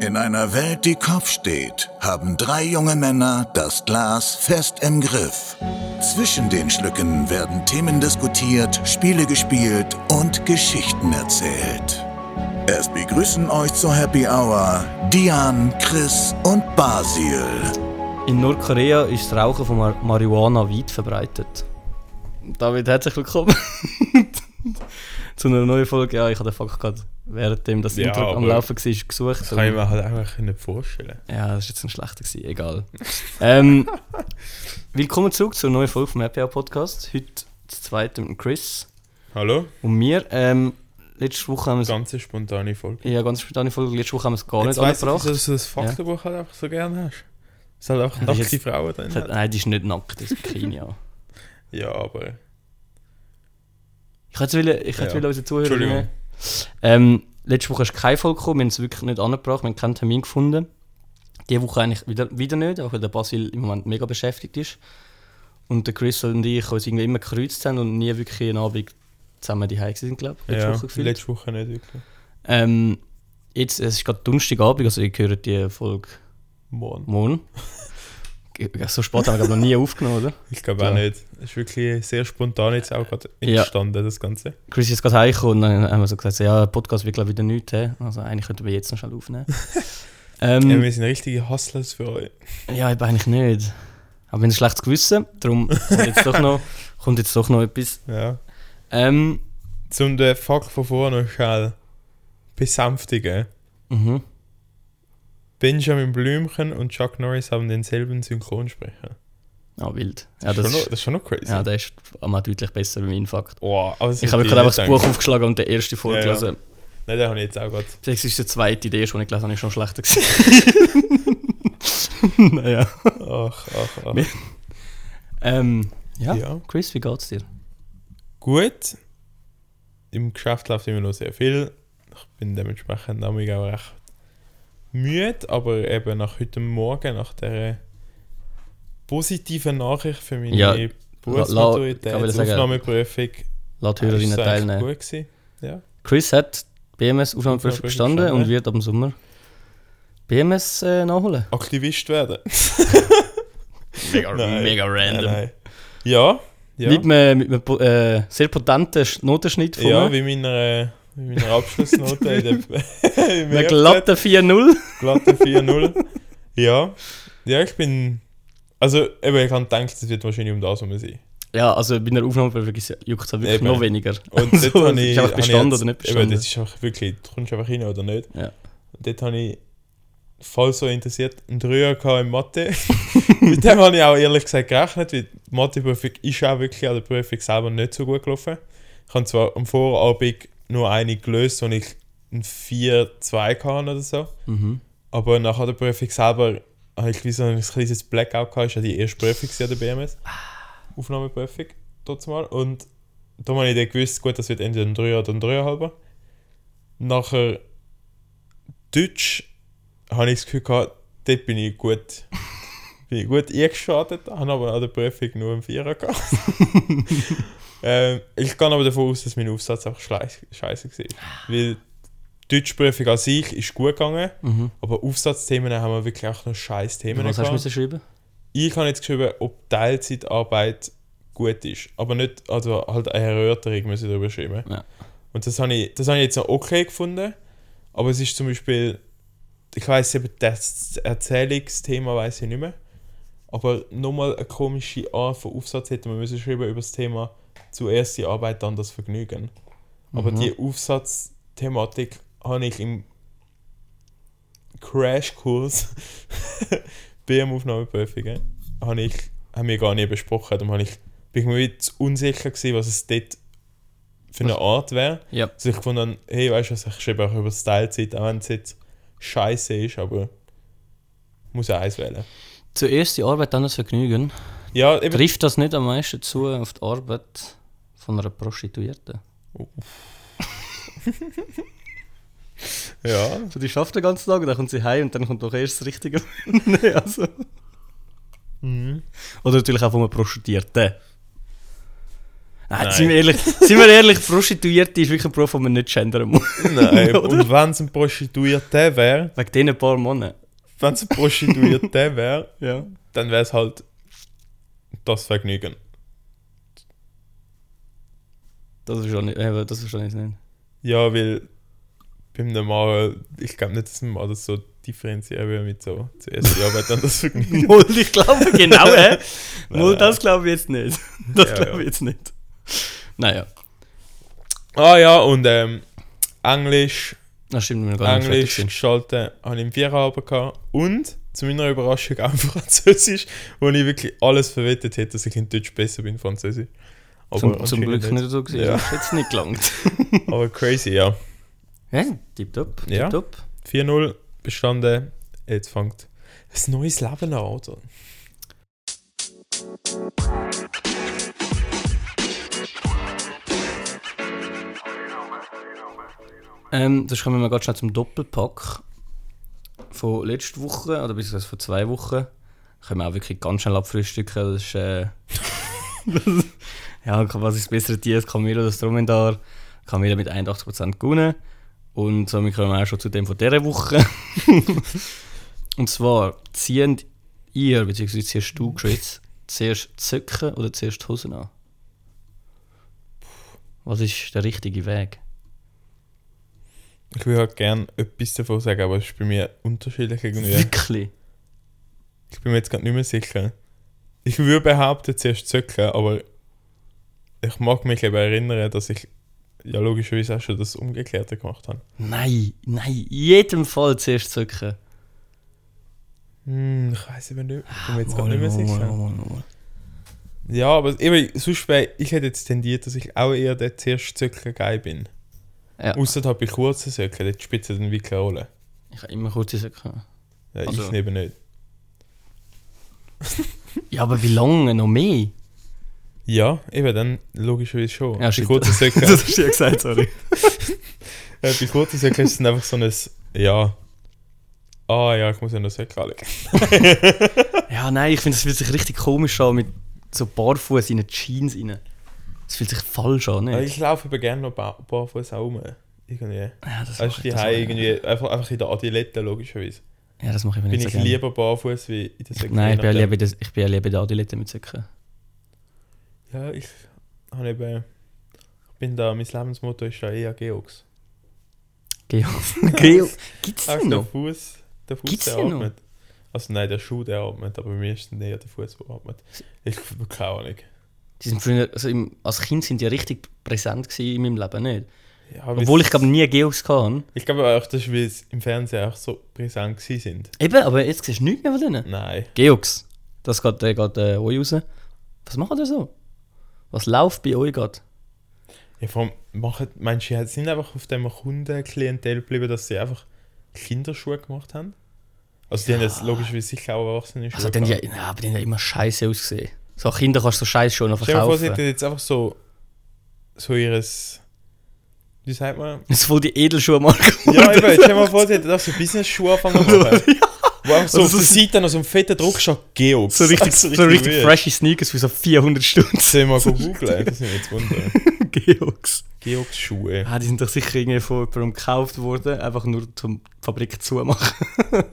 In einer Welt, die Kopf steht, haben drei junge Männer das Glas fest im Griff. Zwischen den Schlücken werden Themen diskutiert, Spiele gespielt und Geschichten erzählt. Es begrüßen euch zur Happy Hour Dian, Chris und Basil. In Nordkorea ist das Rauchen von Mar Marihuana weit verbreitet. David, herzlich willkommen zu einer neuen Folge. Ja, ich habe den Fakt gerade während dem das Ja, Intro am aber- Laufen war, gesucht. Ähm, Das kann ich mir halt einfach nicht vorstellen. Ja, das war jetzt ein schlechter, gewesen, egal. ähm, willkommen zurück zur neuen Folge vom Happy Hour Podcast. Heute zu zweit mit dem Chris Hallo? und mir. Ähm, letzte Woche haben wir es. Ganze spontane Folge. Ja, ganz spontane Folge. Letzte Woche haben wir es gar Jetzt nicht weiss ich, angebracht. wieso du das Faktenbuch halt einfach so gerne hast. Es hat einfach das ist nackte jetzt- Frauen drin. Das hat- Nein, die ist nicht nackt, das ist Bikini. ja. Ja, aber... Ich hätte es wollen- ich hätte Ja. es wollen unseren Zuhörern. Entschuldigung. Ähm, letzte Woche hast du keine Folge gekommen, wir haben es wirklich nicht angebracht, wir haben keinen Termin gefunden. Diese Woche eigentlich wieder, wieder nicht, auch weil der Basil im Moment mega beschäftigt ist. Und der Chris und ich uns irgendwie immer gekreuzt haben und nie wirklich einen Abend zusammen die sind, glaube ich. Letzte ja, Woche gefühlt. letzte Woche nicht wirklich. Ähm, jetzt, es ist gerade Donnerstagabend, also ihr hört die Folge Morgen. morgen. Ja, so spät haben wir glaub ich, noch nie aufgenommen, oder? Ich glaube auch Ja. nicht. Es ist wirklich sehr spontan jetzt auch gerade Ja. entstanden, das Ganze. Chris ist jetzt gerade heimgekommen und dann haben wir so gesagt, so, ja, Podcast wird glaub ich, wieder nichts haben. Also eigentlich könnten wir jetzt noch schnell aufnehmen. ähm, Ja, wir sind richtige Hustlers für euch. Ja, eben eigentlich nicht. Aber wir haben ein schlechtes Gewissen, darum kommt jetzt doch noch, kommt jetzt doch noch etwas. Ja. Ähm, Zum den Fakt von vorne schnell besänftigen. mhm. Benjamin Blümchen und Chuck Norris haben denselben Synchronsprecher. Ah, wild. Ja, das, das ist schon noch, ist, das ist schon noch crazy. ja, der ist einmal deutlich besser bei meinem Fakt. Boah, aber das Ich hätte habe gerade nicht einfach das Buch gedacht. aufgeschlagen und den ersten vorgelesen. Nein, den habe ich jetzt auch gerade. Vielleicht ist die zweite Idee schon, ich gelesen habe, ist schon schlechter gewesen. naja. Ach, ach, ach. Wir- Ähm, ja. Ja. Chris, wie geht's dir? Gut. Im Geschäft läuft immer noch sehr viel. Ich bin dementsprechend am Abend auch recht müde, aber eben nach heute Morgen, nach der positiven Nachricht für meine Ja, ja, la- la- kann man das sagen? ne? Berufsmaturitätsprüfung, Lass die ist Hörerinnen es eigentlich teilnehmen. gut gewesen. Ja. Chris hat BMS Aufnahmeprüfung Aufnahmeprüfung bestanden bestanden. und wird ab dem Sommer BMS äh, nachholen. Aktivist werden. Mega, Nein. mega random. Nein, nein. Ja, ja. Mit einem, mit einem po- äh, sehr potenten Sch- Notenschnitt von ja, mir. wie meiner, wie meiner Abschlussnote in der im Mit einem FZ. glatten 4-0. Glatte 4-0. ja. Ja, ich bin. Also, eben, ich habe gedacht, es wird wahrscheinlich um das herum sein. Ja, also bei einer Aufnahmeprüfung ist- juckt es wirklich Eben. noch weniger. Und Also, dort habe es ich. ist einfach habe bestanden ich jetzt- oder nicht Eben, bestanden. das ist einfach wirklich, du kommst einfach rein oder nicht. Ja. Und dort habe ich voll so interessiert einen Dreier gehabt in Mathe. Mit dem habe ich auch ehrlich gesagt gerechnet, weil die Matheprüfung ist auch wirklich an der Prüfung selber nicht so gut gelaufen. Ich habe zwar am Vorabend nur eine gelöst, wo ich ein 4-2 hatte oder so. Mhm. Aber nach der Prüfung selber habe ich wie so ein kleines Blackout gehabt. Das war ja die erste Prüfung gewesen an der BMS. Aufnahmeprüfung, trotzdem mal. Und da habe ich dann gewusst, gut, das wird entweder ein 3 oder ein 3,5. Nachher Deutsch habe ich das Gefühl gehabt, dort bin ich gut, bin ich gut eingeschadet, habe aber an der Prüfung nur einen 4 gehabt. ähm, ich gehe aber davon aus, dass mein Aufsatz einfach schleis- scheiße war. Weil die Deutschprüfung an sich ist gut gegangen, Mhm. aber Aufsatzthemen haben wir wirklich auch noch scheiß Themen Was hast du gehabt. müssen schreiben? Ich habe jetzt geschrieben, ob Teilzeitarbeit gut ist. Aber nicht, also halt eine Erörterung müssen darüber schreiben. Ja. Und das habe, ich, das habe ich jetzt noch okay gefunden. Aber es ist zum Beispiel, ich weiß eben, das Erzählungsthema weiß ich nicht mehr. Aber nochmal eine komische Art von Aufsatz hätte man müssen schreiben über das Thema zuerst die Arbeit, dann das Vergnügen. Aber die Aufsatzthematik habe ich im Crashkurs BM Aufnahmeprüfungen habe ich haben wir gar nicht besprochen. Darum habe ich, bin ich mir wie zu unsicher gewesen, was es dort für eine Art wäre. Ja. Also ich fand dann, hey, weißt du was, ich schreibe auch über das Teilzeit, auch wenn es jetzt scheiße ist, aber muss ja eins wählen. Zuerst die Arbeit, dann das Vergnügen. Ja, eben. Trifft das nicht am meisten zu auf die Arbeit von einer Prostituierten? Ja. So, die schafft den ganzen Tag, dann kommt sie heim und dann kommt doch erst das Richtige. also. Mhm. Oder natürlich auch von einem Prostituierten. Nein, Nein. Sind, wir ehrlich, sind wir ehrlich, Prostituierte ist wirklich ein Beruf, den man nicht gendern muss. Nein, und wenn es ein Prostituierter wäre, Wegen diesen paar Monaten. wenn es ein Prostituierter wäre, Ja. dann wäre es halt das Vergnügen. Das ist schon nicht, eben, das ist schon nicht. nein. Ja, weil beim normalen, ich glaube nicht, dass man das so differenzieren will mit so zuerst die Arbeit, dann das Vergnügen. Mol, ich glaube genau, hä? Mol, nein. das glaube ich jetzt nicht. Das Ja, glaube ja. ich jetzt nicht. Naja, Ah ja, und ähm, Englisch, das stimmt mir gar nicht. fertig Englisch sind. geschaltet habe ich im Viererabend gehabt und zu meiner Überraschung auch Französisch, wo ich wirklich alles verwettet hätte, dass ich in Deutsch besser bin als Französisch. Aber Zum, zum anscheinend Glück nicht so gesehen. Ja. Ja. Das jetzt nicht gelangt. Aber crazy, ja. Ja, tipptopp, Ja. tipptopp. 4-0 bestanden, jetzt fängt ein neues Leben an, oder? Ähm, das kommen wir mal ganz schnell zum Doppelpack von letzter Woche oder beziehungsweise von zwei Wochen. Das können wir auch wirklich ganz schnell abfrühstücken. Das ist, äh, das, ja, was ist das bessere Tier? Das Camelo, das Dromedar. Camelo mit 81% gewonnen. Und somit kommen wir auch schon zu dem von dieser Woche. Und zwar ziehen ihr, beziehungsweise ziehst du, Chris, zuerst die Socken oder zuerst die Hosen an? Was ist der richtige Weg? Ich würde halt gerne etwas davon sagen, aber es ist bei mir unterschiedlich irgendwie. Wirklich? Ich bin mir jetzt gerade nicht mehr sicher. Ich würde behaupten, zuerst zöckeln, aber ich mag mich eben erinnern, dass ich ja logischerweise auch schon das Umgekehrte gemacht habe. Nein, nein, in jedem Fall zuerst zücken. Hm, ich weiß eben nicht. Ich bin mir jetzt gerade nicht mehr sicher. Ja, aber eben, sonst wäre ich hätte jetzt tendiert, dass ich auch eher der zuerst zöckeln geil bin. Ja. Außer halt bei kurzen Zöckeln, dort spielt es dann wirklich eine Rolle. Ich habe immer kurze Socken. Ja, ich Also- nehme nicht. Ja, aber wie lange noch mehr? Ja, eben, dann logischerweise schon. Ja, bei stimmt. kurzen Zöckeln. hast du ja gesagt, sorry. Ja, bei kurzen Söcken ist es einfach so ein Ja. Ah ja, ich muss ja noch Söcke anlegen. ja, nein, ich finde, es fühlt sich richtig komisch an mit so barfuß in den Jeans rein. Es fühlt sich falsch an, Aber nicht? Ah, Also, Ich laufe aber gerne noch ba- barfuß auch rum. Irgendwie. Ja, das Weißt mache du, ich- Ah, die das Hause mache ich- irgendwie. Einfach, einfach in der Adilette, logischerweise. Ja, das mache ich mir Bin nicht ich so gerne. lieber barfuß wie in der Söcke. Nein, ich bin ja lieber, das- ich bin ja lieber der Adilette mit Socken. Ja, ich habe eben. Ich bin da, mein Lebensmotto ist ja eher Geox. Geo. Geo. Gibt's Ach, den Also, der noch? Fuß, der Fuß, Gibt's der den noch? atmet. Also nein, der Schuh, der atmet, aber bei mir ist es eher der Fuß, der atmet. Ich keine Ahnung. Die sind früher, also im, als Kind sind die richtig präsent gewesen in meinem Leben, nicht? Ja, aber Obwohl es- ich glaube nie Geos hatte. Ich glaube auch, das ist, weil es im Fernsehen auch so brisant gewesen sind. Eben, aber jetzt siehst du nichts mehr von denen. Nein. Geox, das geht, der geht äh, euch raus. Was macht ihr so? Was läuft bei euch gerade? Ja, vor allem, machen, meinst du, die sind einfach auf dem Kundenklientel geblieben, dass sie einfach Kinderschuhe gemacht haben? Also die haben jetzt logischerweise sicher auch erwachsene Schuhe Also, die haben ja, gehabt. ja, aber die haben ja immer scheiße ausgesehen. So Kinder kannst du so scheiße schon noch Stell dir vor, sie hätten verkaufen. jetzt einfach so, so ihres, wie sagt man? Das ist voll die Edelschuhmarke. Ja, eben, stell dir mal vor, sie hätten auch so Business-Schuhe anfangen zu machen. Wo einfach so Also auf so der sind- Seite noch so ein fetter Druck schaut, Geox. So richtig, Also so richtig weird. freshe Sneakers für so 400 Stunden. Sollen wir mal googeln? Das sind jetzt Wunder. Geox. Geox-Schuhe. Ah, die sind doch sicher irgendwie von jemandem gekauft worden, einfach nur zum die Fabrik zumachen.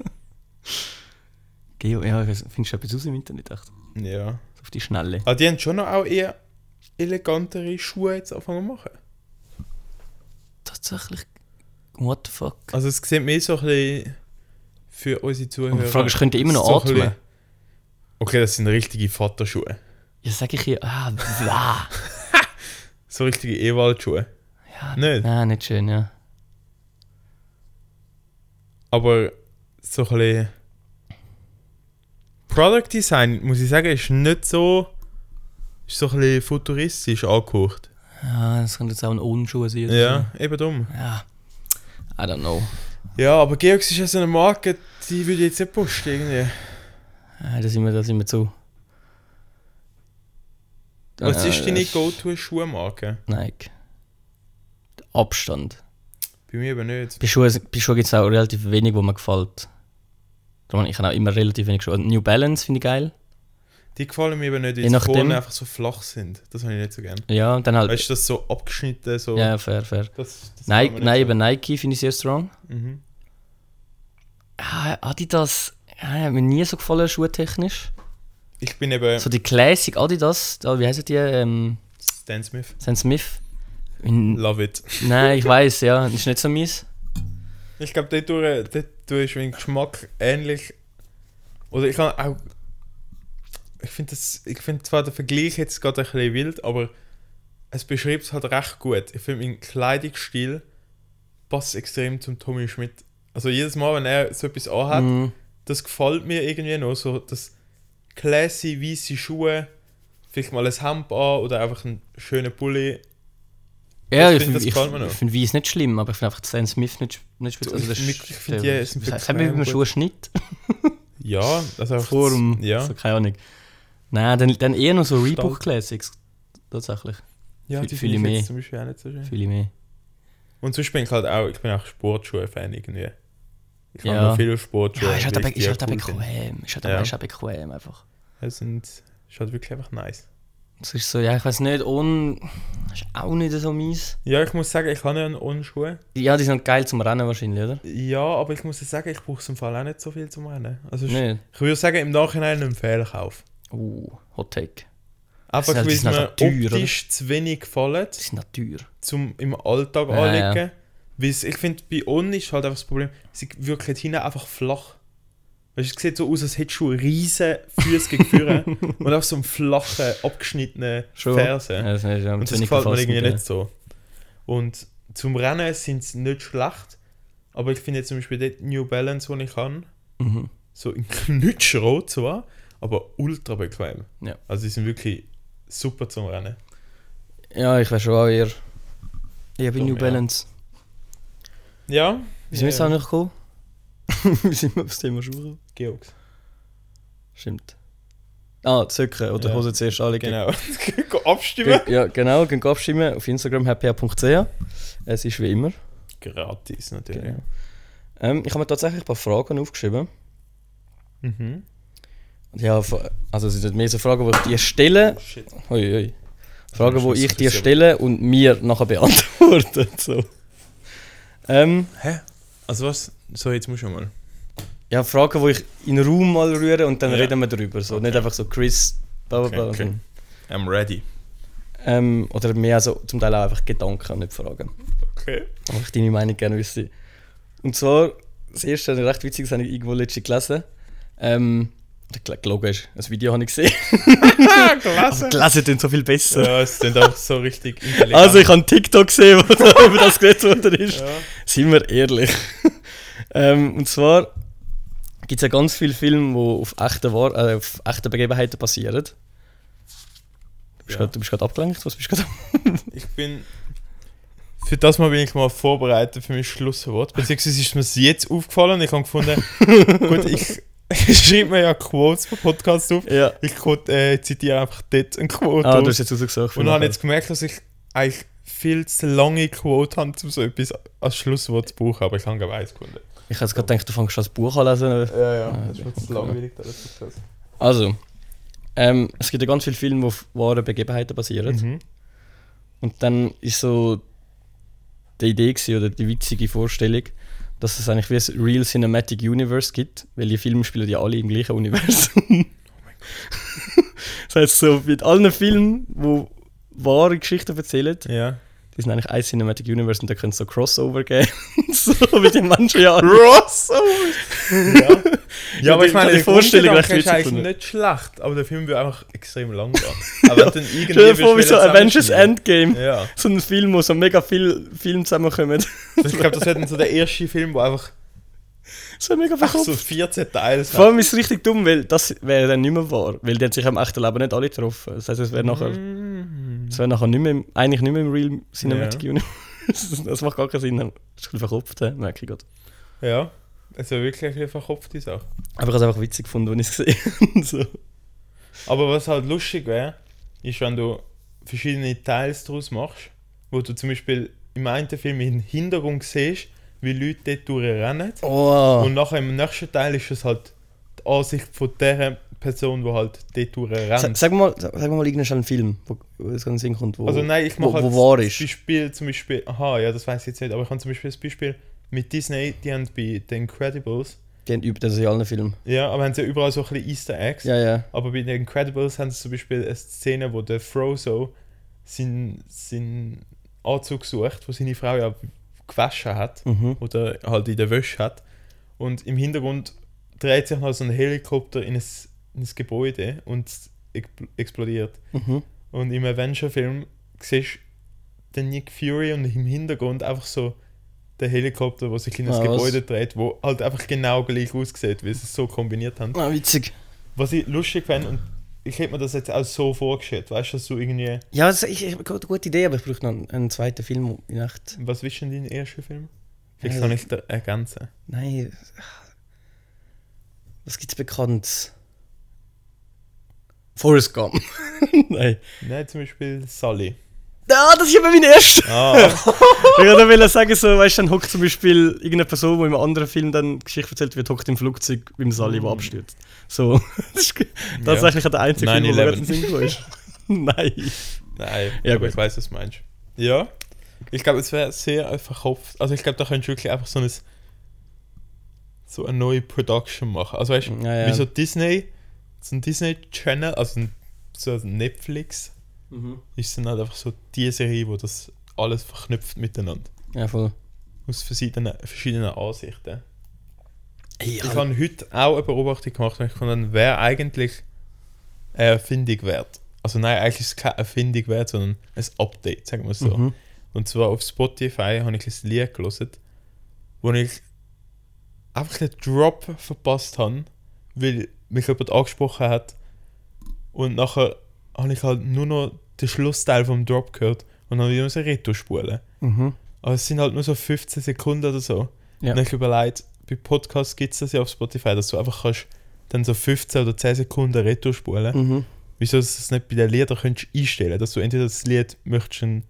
Geo, ja, ich weiss, findest du etwas aus im Internet? Echt? Ja. Auf die Schnelle. Aber die haben schon noch auch eher elegantere Schuhe jetzt angefangen zu machen. Tatsächlich. What the fuck? Also es sieht mehr so ein bisschen für unsere Zuhörer... Aber die Frage ist, könnt ihr immer noch ein atmen? bisschen- Okay, das sind richtige Vaterschuhe. Ja, sag ich hier, ah, wah. So richtige Ewaldschuhe. Ja, Nicht? Nein, nicht schön, ja. Aber so ein bisschen... Product Design, muss ich sagen, ist nicht so... Ist so ein bisschen futuristisch angehaucht. Ja, das könnte jetzt auch ein Unenschuh sein. oder Ja, eben dumm. so. ja. I don't know. Ja, aber Geox ist ja so eine Marke, die würde ich jetzt nicht posten irgendwie. Ah, da sind wir, da sind wir zu. Was Äh, ist deine das- Go-To-Schuhmarke? Nike. Der Abstand. Bei mir eben nicht. Bei Schuhen, bei Schuhen gibt es auch relativ wenig, wo mir gefällt. Darum, Ich habe auch immer relativ wenig Schuhe. New Balance finde ich geil. Die gefallen mir eben nicht, weil Je die nachdem- Kohlen einfach so flach sind. Das habe ich nicht so gern. Ja, und dann halt. Weißt du, das so abgeschnitten, so. ja, fair, fair. Das, das kann Nein, man nicht nein, so. eben Nike finde ich sehr strong. Mhm. Ah, Adidas ah, hat mir nie so gefallen, schuhtechnisch. Ich bin eben So die Classic Adidas, da, wie heißen die? Ähm, Stan Smith. Sam Smith? In, Love it. nein, ich weiß, ja, ist nicht so mies. Ich glaube, dort, durch- dort durch ist mein Geschmack ähnlich. Oder ich habe auch. Ich finde find zwar der Vergleich jetzt gerade ein bisschen wild, aber es beschreibt es halt recht gut. Ich finde, mein Kleidungsstil passt extrem zum Tommy Schmidt. Also jedes Mal, wenn er so etwas anhat, Mhm. das gefällt mir irgendwie noch. So das classy, weiße Schuhe, vielleicht mal ein Hemd an oder einfach einen schönen Pulli. Ja, ich find, finde das ich, gefällt mir noch. ich find Weiss nicht schlimm, aber ich finde einfach Stan Smith nicht, nicht speziell. Also das Ich- ist- ich find die sind Was haben wir bequem beim gut. Schuhschnitt? Ja, also einfach Form. Ja. So, keine Ahnung. Nein, dann, dann eher noch so Gestalt. Reebok Classics. Tatsächlich. Ja, Viel- die viele finde ich mehr. jetzt zum Beispiel auch nicht so schön. Viele mehr. Und sonst bin ich halt auch, ich bin auch Sportschuhe-Fan irgendwie. Ich Ja. habe noch viele Sportschuhe. Ja, ist halt, weil aber, ich die ist halt auch auch cool finde. bequem. Ist halt Ja. aber ist auch bequem einfach. Es sind, ist halt wirklich einfach nice. Es ist so, ja, ich weiß nicht, ohne. Ist auch nicht so mies. Ja, ich muss sagen, ich habe ja einen Schuhe. Ja, die sind geil zum Rennen wahrscheinlich, oder? Ja, aber ich muss sagen, ich brauche es im Fall auch nicht so viel zum Rennen. Also es ist- Nicht? ich würde sagen, im Nachhinein ein Fehlkauf. Uh, Hot Take. Einfach sind weil halt- es die sind mir halt auch teuer, optisch zu wenig gefallen, Die sind auch teuer. zum im Alltag Ja, ja. anlegen. Weil's, ich finde, bei uns ist halt einfach das Problem, sie wirken hinten einfach flach. Weißt du, es sieht so aus, als hättest du riesen Füße geführt und auf so einem flachen, abgeschnittenen Fersen. Ja, das ist ja Und zu das wenig gefällt mir gefasst irgendwie mit nicht so. Und zum Rennen sind sie nicht schlecht, aber ich finde jetzt zum Beispiel dort New Balance, die ich habe, denen. Mhm. so in Knutschrot zwar, aber ultra bequem. Ja. Also die sind wirklich super zum Rennen. Ja, ich wäre schon auch eher. Ich bin Dumm, New ja. Balance. Ja. äh, Wieso ja, ist es auch nicht gekommen? Wie sind wir auf das Thema Schuhe? Georgs. Stimmt. Ah, Zöcke oder Ja. Hose zuerst anlegen. Genau. Abstimmen. Ge- Ja, genau, gehen abstimmen auf Instagram hpa.ch. Es ist wie immer. Gratis natürlich. Genau. Ähm, ich habe mir tatsächlich ein paar Fragen aufgeschrieben. Mhm. Ja, fa- also es sind nicht mehr so Fragen, die ich dir stelle. Shit. Oi, oi. Fragen, Also, die ich das dir ist ja- stelle und mir nachher beantworten. So. Ähm, Hä? Also was? So, jetzt musst du mal. ja, Fragen, die ich in den Raum mal rühre und dann Ja. reden wir drüber. So. Nicht einfach so Chris, bla bla Okay, bla. okay. sondern- I'm ready. Ähm, oder mehr also zum Teil auch einfach Gedanken, nicht Fragen. Okay. Aber ich deine Meinung gerne wüsste. Und zwar, das erste, ein recht witziges, habe ich irgendwo letztens gelesen. Ähm, oder gel- gelogen ist. Ein Video habe ich gesehen. Ah, klasse. gelesen tun so viel besser. Ja, es sind auch so richtig intelligent. Also, ich habe TikTok gesehen, wo da über das geredet worden ist. Ja. Sind wir ehrlich. ähm, und zwar gibt es ja ganz viele Filme, die auf echten, Wahr äh, auf echten Begebenheiten passieren. Du bist Ja. grad- du bist gerade abgelenkt? Was bist du gerade? Ich bin. Für das mal bin ich mal vorbereitet für mein Schlusswort. Beziehungsweise ist mir es jetzt aufgefallen und ich habe gefunden, gut, ich, ich schreibe mir ja Quotes für Podcasts auf. Ja. Ich konnte, äh, zitiere einfach dort ein Quote. Ah, aus. du hast jetzt rausgesucht. für und habe nachher. jetzt gemerkt, dass ich eigentlich viel zu lange Quote habe, um so etwas als Schlusswort zu brauchen, aber ich habe gerade eins gefunden. Ich hätte gerade gedacht, du fängst schon das Buch an lesen. Ja, ja, Ah, das ist wird zu langweilig, der Podcast. Also, ähm, es gibt ja ganz viele Filme, die auf wahren Begebenheiten basieren. Mhm. Und dann ist so die Idee gewesen, oder die witzige Vorstellung, dass es eigentlich wie ein Real Cinematic Universe gibt, weil die Filme spielen ja alle im gleichen Oh Universum. das heißt so, mit allen Filmen, wo wahre Geschichten erzählen, Ja. die sind eigentlich ein Cinematic Universe und da können es so Crossover geben. so wie die Menschen ja alle. Rosso! ja. ja, aber ich meine, die die Vorstellung Vorstellung recht ist witzig eigentlich gefunden. nicht schlecht, aber der Film wird einfach extrem lang gehen. Aber dann irgendwie. Stell dir vor, wie willst du so wieder Avengers zusammenschneiden. Endgame. Ja. So ein Film, wo so mega viele Filme zusammenkommen. Also Ich glaube, das wäre dann so der erste Film, wo einfach so mega ach, verkopft. so 14 Teile Vor hat. allem ist es richtig dumm, weil das wäre dann nicht mehr wahr. Weil die haben sich im echten Leben nicht alle getroffen. Das heißt, es wäre nachher, Mhm. es wäre nachher nicht mehr, im- eigentlich nicht mehr im Real Cinematic Ja. Universe. Das macht gar keinen Sinn. Das ist ein bisschen verkopft, hä? merke ich gerade. Ja. Also wirklich eine bisschen verkopfte Sache. Aber ich habe es einfach witzig gefunden, als ich es gesehen habe. so. Aber was halt lustig wäre, ist, wenn du verschiedene Teils daraus machst, wo du zum Beispiel im einen Film im Hintergrund siehst, wie Leute dort durchrennen. Oh. Und nachher im nächsten Teil ist es halt die Ansicht von dieser Person, die halt dort Sa- durchrennt. Sag mal, sag sag mal irgendeinen Film, wo, wo das Ganze hinkommt, wo, Also nein, ich mache wo, halt wo wahr das ist. Beispiel zum Beispiel, aha, ja, das weiß ich jetzt nicht, aber ich habe zum Beispiel das Beispiel mit Disney, die haben bei The Incredibles, Die haben übt das in allen Filmen. ja, aber haben sie überall so ein bisschen Easter Eggs. Ja, ja. Aber bei The Incredibles haben sie zum Beispiel eine Szene, wo der Frozo seinen, seinen Anzug sucht, wo seine Frau ja gewaschen hat Mhm. oder halt in der Wäsche hat. Und im Hintergrund dreht sich noch so ein Helikopter in ein, in ein Gebäude und ex- explodiert. Mhm. Und im Avenger-Film siehst du den Nick Fury und im Hintergrund einfach so der Helikopter, der sich in ein Ah, was? Gebäude dreht, wo halt einfach genau gleich aussieht, weil sie es so kombiniert haben. Ah, witzig. Was ich lustig fände, und ich hätte mir das jetzt auch so vorgestellt, weißt du, dass du irgendwie. Ja, das, ich, ich, eine gute Idee, aber ich brauche noch einen, einen zweiten Film in Nacht. Was ist denn dein erster Film? Vielleicht Äh. kann ich da ergänzen. Nein. Was gibt's Bekanntes? Forrest Gump. Nein. Nein, zum Beispiel Sully. Ah, das ist eben mein erster. Ah, Ich wollte will sagen, so, weißt du, dann hockt zum Beispiel irgendeine Person, die im anderen Film dann Geschichte erzählt wird, hockt im Flugzeug beim Sali, der abstürzt. So. Das ist ge- tatsächlich der einzige Film, der 9/11. mir Sinn ist. Nein. nein, Ja, aber gut. ich weiß, was du meinst. Ja, ich glaube, es wäre sehr äh, verkopft. Also, ich glaube, da könntest du wirklich einfach so, ein, so eine neue Production machen. Also, weißt du, Ja, ja. wie so Disney, so ein Disney-Channel, also ein, so ein Netflix, Mhm. ist dann halt einfach so die Serie, wo das alles verknüpft miteinander. Ja, voll. Aus verschiedenen, verschiedenen Ansichten. Ey, Ich habe heute auch eine Beobachtung gemacht und ich habe dann, wer eigentlich eine Erfindung wert. Also nein, eigentlich ist es keine Erfindung wert, sondern ein Update, sagen wir Mhm. es so. Und zwar auf Spotify habe ich ein Lied gelesen, wo ich einfach den Drop verpasst habe, weil mich jemand angesprochen hat. Und nachher habe ich halt nur noch den Schlussteil vom Drop gehört und dann wieder müssen Retro spulen. Aber es sind halt nur so 15 Sekunden oder so. Mhm. Ja. Und ich überlege, bei Podcasts gibt es das ja auf Spotify, dass du einfach kannst dann so 15 oder 10 Sekunden Retro spulen. Mhm. Wieso dass du das nicht bei den Liedern könntest einstellen dass du entweder das Lied möchtest, ein,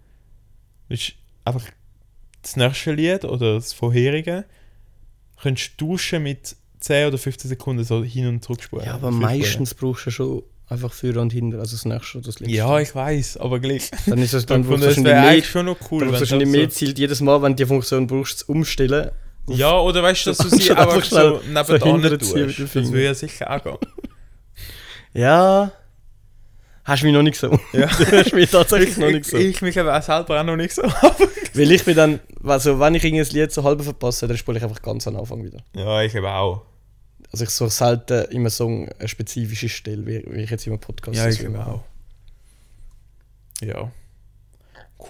willst einfach das nächste Lied oder das vorherige könntest duschen mit 10 oder 15 Sekunden so hin und zurück spulen. Ja, aber Viel meistens brauchst du schon einfach für und hinter, also das nächste oder das spulen. letzte. Ja, ich weiß, aber gleich. Dann ist es Dann dann von brauchst das du wäre mehr, eigentlich schon noch cool, dann brauchst du du wahrscheinlich mehr zielt jedes Mal, wenn du die Funktion brauchst, zu umstellen. Ja, oder weißt du, dass du Dann sie schon einfach einfach so schnell so nebenan hinterher tust. ziehen mit Das dem Finger. würde ja sicher auch gehen. Ja. Hast du mich noch nicht so? Ja. Hast du mich tatsächlich ich, noch nicht ich, so? ich mich aber auch selber auch noch nicht so. aber- Weil ich bin dann, also wenn ich irgendein Lied so halb verpasse, dann spiele ich einfach ganz am Anfang wieder. ja, ich eben auch. Also ich suche selten in einem Song eine spezifische Stelle, wie, wie ich jetzt in einem Podcast Ja, das ich will eben machen. auch. Ja.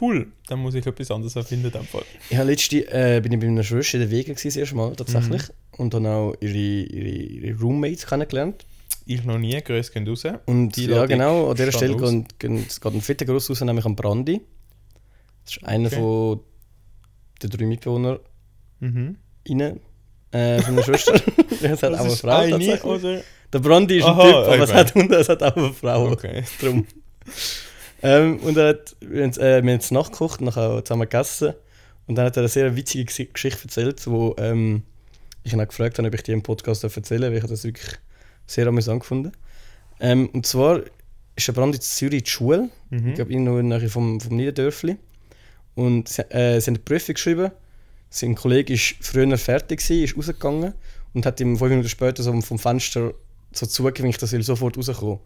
Cool, dann muss ich etwas anderes erfinden. Dann Ich habe letzte, äh, bin ich bei meiner Schwester in der Wege gewesen, das erste Mal tatsächlich. Und dann auch ihre, ihre, ihre Roommates kennengelernt. ich noch nie, Grüße gehen raus. Und Die ja, Ladung genau, an dieser stand Stelle aus. geht, geht, es geht ein fetter Gruß raus, nämlich am Brandi. Das ist einer Okay. von den drei Mitbewohnern Mhm. innen, äh, von meiner Schwester. es hat auch eine Frau eine also. tatsächlich. oder? Der Brandi ist Aha, ein Typ, aber okay. es, hat, es hat auch eine Frau. Okay. Drum. ähm, und er hat, wir haben äh, wir haben es nachgekocht und nachher auch zusammen gegessen. Und dann hat er eine sehr witzige Gesi- Geschichte erzählt, wo ähm, ich ihn auch gefragt habe, ob ich die im Podcast erzählen darf, weil ich habe das wirklich sehr amüsant gefunden ähm, Und zwar ist der Brand in Zürich in die Schule, ich glaube, irgendwo in der Nähe vom, vom Niederdörfli. Und sie, äh, sie haben eine Prüfung geschrieben. Sein Kollege ist früher fertig, gewesen, ist rausgegangen und hat ihm fünf Minuten später so vom Fenster so zugewinkt, dass er sofort rauskommen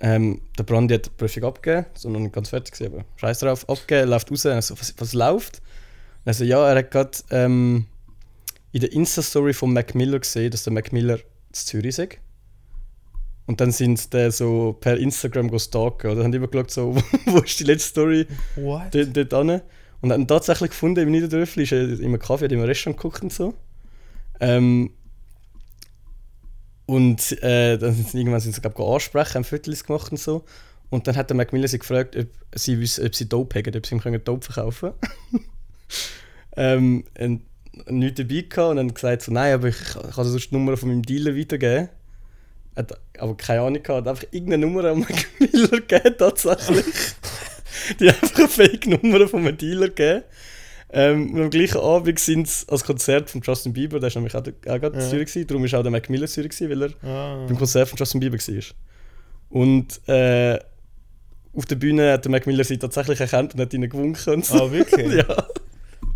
ähm, der Brandi hat die Prüfung abgegeben, so noch nicht ganz fertig, gewesen, aber scheiß drauf, abgegeben, läuft raus, er so, was, was läuft? Und er so, Also ja, er hat gerade ähm, in der Insta-Story von Mac Miller gesehen, dass der Mac Miller zu Zürich ist. Und dann sind sie den so per Instagram go stalken oder haben immer geschaut, so, wo ist die letzte Story What? dort, dort hin. Und haben ihn tatsächlich gefunden im Niederdörfli, ist er in einem Kaffee, hat in einem Restaurant geguckt und so. Ähm, und äh, dann sind sie irgendwann sind sie, glaub, ich, ansprechen, haben Fotos gemacht und so. Und dann hat der Macmillan sie gefragt, ob sie, wissen, ob sie Dope haben, ob sie ihm können Dope verkaufen können. ähm, und nichts dabei gehabt und dann gesagt so, nein, aber ich kann also sonst die Nummer von meinem Dealer weitergeben. Hat aber keine Ahnung gehabt, hat einfach irgendeine Nummer an Macmillan gegeben, tatsächlich. Die hat einfach eine Fake-Nummer von einem Dealer gegeben. Ähm, und am gleichen Abend sind sie als Konzert von Justin Bieber, der war nämlich auch, auch gerade in Ja. Zürich, gewesen, darum war auch der Mac Miller in Zürich, gewesen, weil er Ah. beim Konzert von Justin Bieber war. Und äh, auf der Bühne hat der Mac Miller sie tatsächlich erkannt und hat ihnen gewunken. Und so. Ah, wirklich? Ja,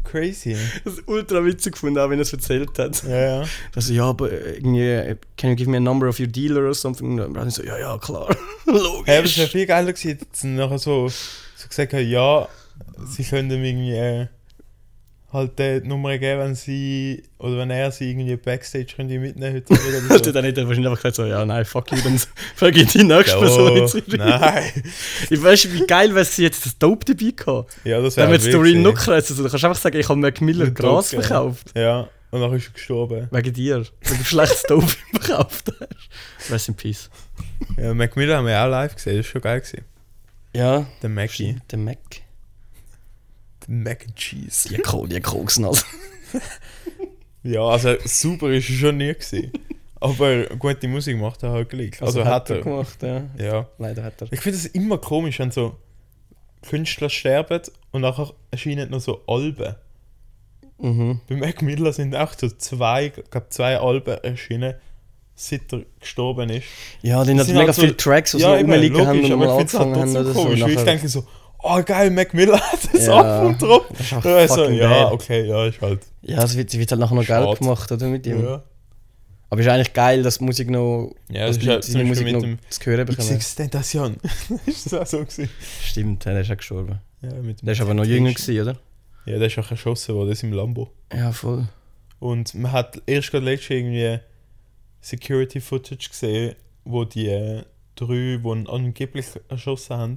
Crazy. das ist ultra witzig gefunden, auch wenn er es erzählt hat. Ja, ja. Also, ja, aber äh, irgendwie, äh, can you give me a number of your dealer or something? Und dann so, ja, ja, klar. Logisch. Hey, aber es wäre viel geiler gewesen, dass sie nachher so, so gesagt haben, ja, sie können ihm irgendwie äh, halt äh, die Nummer geben, wenn sie, oder wenn er sie irgendwie Backstage könnte mitnehmen heute Abend Hätte oder dann nicht wahrscheinlich einfach gesagt, so, ja, nein, fuck you, dann frage ich die nächste Person in so. Zürich. Ja, oh, nein. Ich weiß, wie geil wäre sie jetzt das Dope dabei gehabt. Ja, das Wenn wir wäre jetzt Doreen witzig. Nook reizen, also, du kannst einfach sagen, ich habe Mac Miller Mit Gras Dope, ja. verkauft. Ja, und nachher ist er gestorben. Wegen dir. Weil du schlechtes Dope verkauft hast. Rest in peace. Ja, Mac Miller haben wir auch live gesehen, das war schon geil. Gewesen. Ja, Der Mackie. der Mac. Der Mac and Cheese. Die, Ko die genau. Koksnase. Ja, also super ist er schon nie gewesen. Aber gute Musik macht er halt gleich. Also, hat er. gemacht, ja. Ja. Leider hat er. Ich finde es immer komisch, wenn so Künstler sterben und nachher erscheinen noch so Alben. Mhm. Bei Mac Miller sind auch so zwei, glaub zwei Alben erschienen, seit er gestorben ist. Ja, den Das hat sind mega halt so- viele Tracks, die so eben, rumliegen haben logisch, und aber mal ich find's halt angefangen haben trotzdem oder so. Komisch, weil ich Nachher- denke so, oh geil, Mac Miller hat das Ja. ab und drauf. Das ist auch Ja, also, fucking ja bad. okay, ja, ist halt. Ja, es wird, es wird halt nachher noch Schade. Geld gemacht, oder? Mit ihm. Ja. Aber es ist eigentlich geil, dass die Musik noch. Ja, dass die das ist ja Leute zum seine Beispiel Musik mit noch dem zu hören bekommen. X-Extentation. ist das auch so gewesen? Stimmt, der ist auch gestorben. Ja, mit dem Der ist aber noch jünger, gewesen, oder? Ja, der ist auch erschossen worden, das im Lambo. Ja, voll. Und man hat erst gerade letztens irgendwie Security Footage gesehen, wo die äh, drei, die ihn angeblich erschossen haben.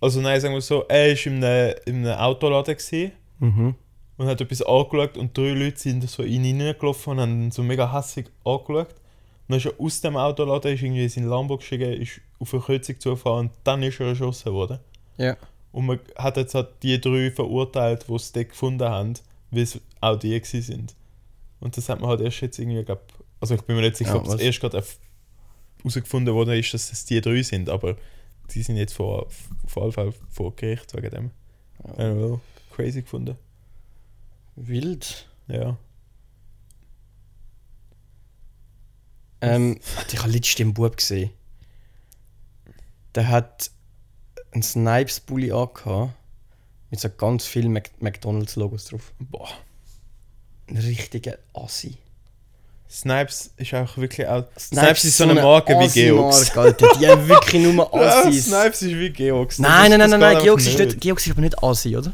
Also nein, sagen wir so, er war in einem, in einem Autoladen gewesen Mhm. und hat etwas angeschaut und drei Leute sind so in ihn reingelaufen und haben ihn so mega hässig angeschaut. Und dann ist er aus dem Autoladen, ist irgendwie in sein Lambo gestiegen, ist auf eine Kreuzung zugefahren und dann ist er erschossen worden. Ja. Und man hat jetzt halt die drei verurteilt, die es dort gefunden haben, weil es auch die gewesen sind. Und das hat man halt erst jetzt irgendwie, glaub, also ich bin mir nicht sicher, Ja, ob es was? erst gerade erf- herausgefunden worden ist, dass es die drei sind, aber die sind jetzt vor, vor allem Fall vor Gericht wegen dem. Ja. Well, crazy gefunden. Wild. Ja. Ähm, Alter, ich habe letztens den Bub gesehen. Der hat einen Snipes-Bulli angehabt. Mit so ganz vielen Mac McDonalds-Logos drauf. Boah. Ein richtiger Assi. Snipes ist auch wirklich auch. Snipes, ist so eine Marke wie Geox. Assi-Marke, Alter. Die haben wirklich nur Ja, Assis. Snipes ist wie Geox. nein, nein, nein, Das- das nein, geht nein, Geox einfach ist, nicht, Geox ist aber nicht Assi, oder?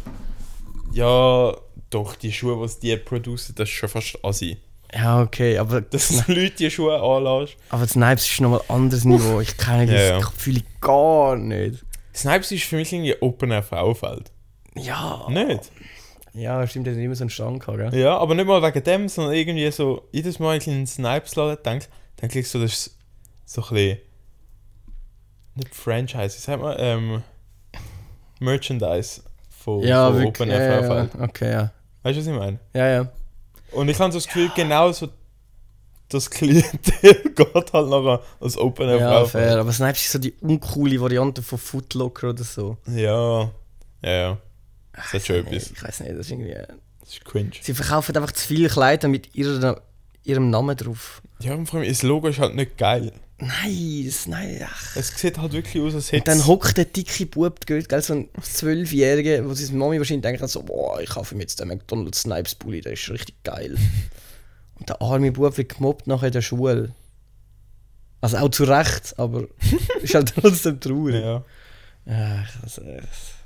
Ja, doch, die Schuhe, die die produzieren, das ist schon fast assi. Ja, okay, aber, Dass du Leute die Schuhe anlässt. aber Snipes ist nochmal ein anderes Niveau. Ich kenne das Ja, ja. Gefühl gar nicht. Snipes ist für mich irgendwie open Frauenfeld. Ja. Nicht? Ja, stimmt, der hat immer so einen Strang gehabt, gell? Ja, aber nicht mal wegen dem, sondern irgendwie so, jedes Mal, wenn ich in einen Snipes-Laden denke, denke ich so, das ist so ein bisschen. Nicht Franchise, wie sagt man? Ähm, Merchandise von, Ja, von wirklich. open Ja, ja, Frauenfeld. okay, ja. Weißt du, was ich meine? Ja, ja. Und ich habe so das Gefühl, genau so das Klientel geht halt nachher als open Ja, fair. Frauenfeld. Aber Snipes ist so die uncoole Variante von Footlocker oder so. Ja, ja, ja. Das hat schon Nee, etwas. ich weiß nicht, das ist irgendwie. Das ist cringe. Sie verkaufen einfach zu viele Kleider mit ihrer, ihrem Namen drauf. Ja, und vor allem, das Logo ist halt nicht geil. Nein, das, nein, ach. Es sieht halt wirklich aus, als Und hätte dann hockt der dicke Bub, gell, gell, so ein Zwölfjähriger, wo seine Mami wahrscheinlich denkt, so, boah, ich kaufe mir jetzt den McDonald's Snipes Bulli, der ist richtig geil. Und der arme Bub wird gemobbt nachher in der Schule. Also auch zu Recht, aber ist halt trotzdem traurig. ja. Ach, also, äh,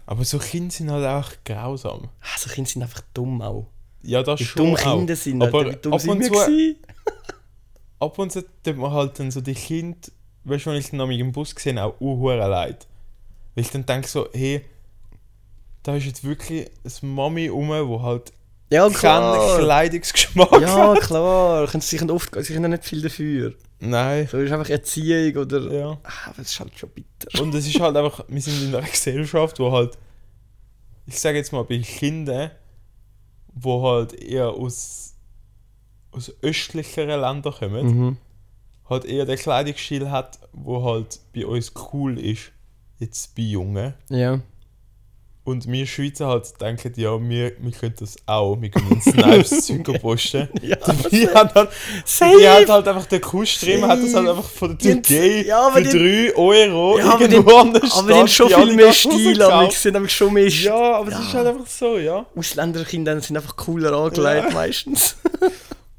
Aber so Kinder sind halt auch grausam. also Kinder sind einfach dumm auch. Ja, das Wie schon dumm auch. Kinder sind, aber Alter, wie dumm ab, sind und wir zu, gewesen? ab und zu tut man halt dann so die Kinder, weißt du, wenn ich dann nämlich im Bus gesehen auch unhure leid. Weil ich dann denke so, hey, da ist jetzt wirklich ein Mami rum, wo halt Ja, keinen klar. Kleidungsgeschmack Ja, hat. klar. Können- Sie können oft, sie können nicht viel dafür. Nein. So ist einfach Erziehung oder... Ja. Ah, aber es ist halt schon bitter. Und es ist halt einfach, wir sind in einer Gesellschaft, wo halt, ich sage jetzt mal bei Kindern, wo halt eher aus, aus östlicheren Ländern kommen, Mhm. halt eher der Kleidungsstil hat, wo halt bei uns cool ist, jetzt bei Jungen. Ja. Und wir Schweizer halt denken, ja, wir, wir können das auch, wir können uns Snipes Zeug posten. Ja, die hat halt, safe. die hat halt einfach den Kuhstream, hat das halt Safe. einfach von Die der haben- Türkei ja, aber für die- 3 Euro Ja, aber die, irgendwo an der aber die haben schon die viel alle mehr ganz Stil, rausgekauft. aber sind einfach schon mehr Stil. Ja, aber es ist halt einfach so, ja. Ausländerkinder sind einfach cooler angelegt meistens.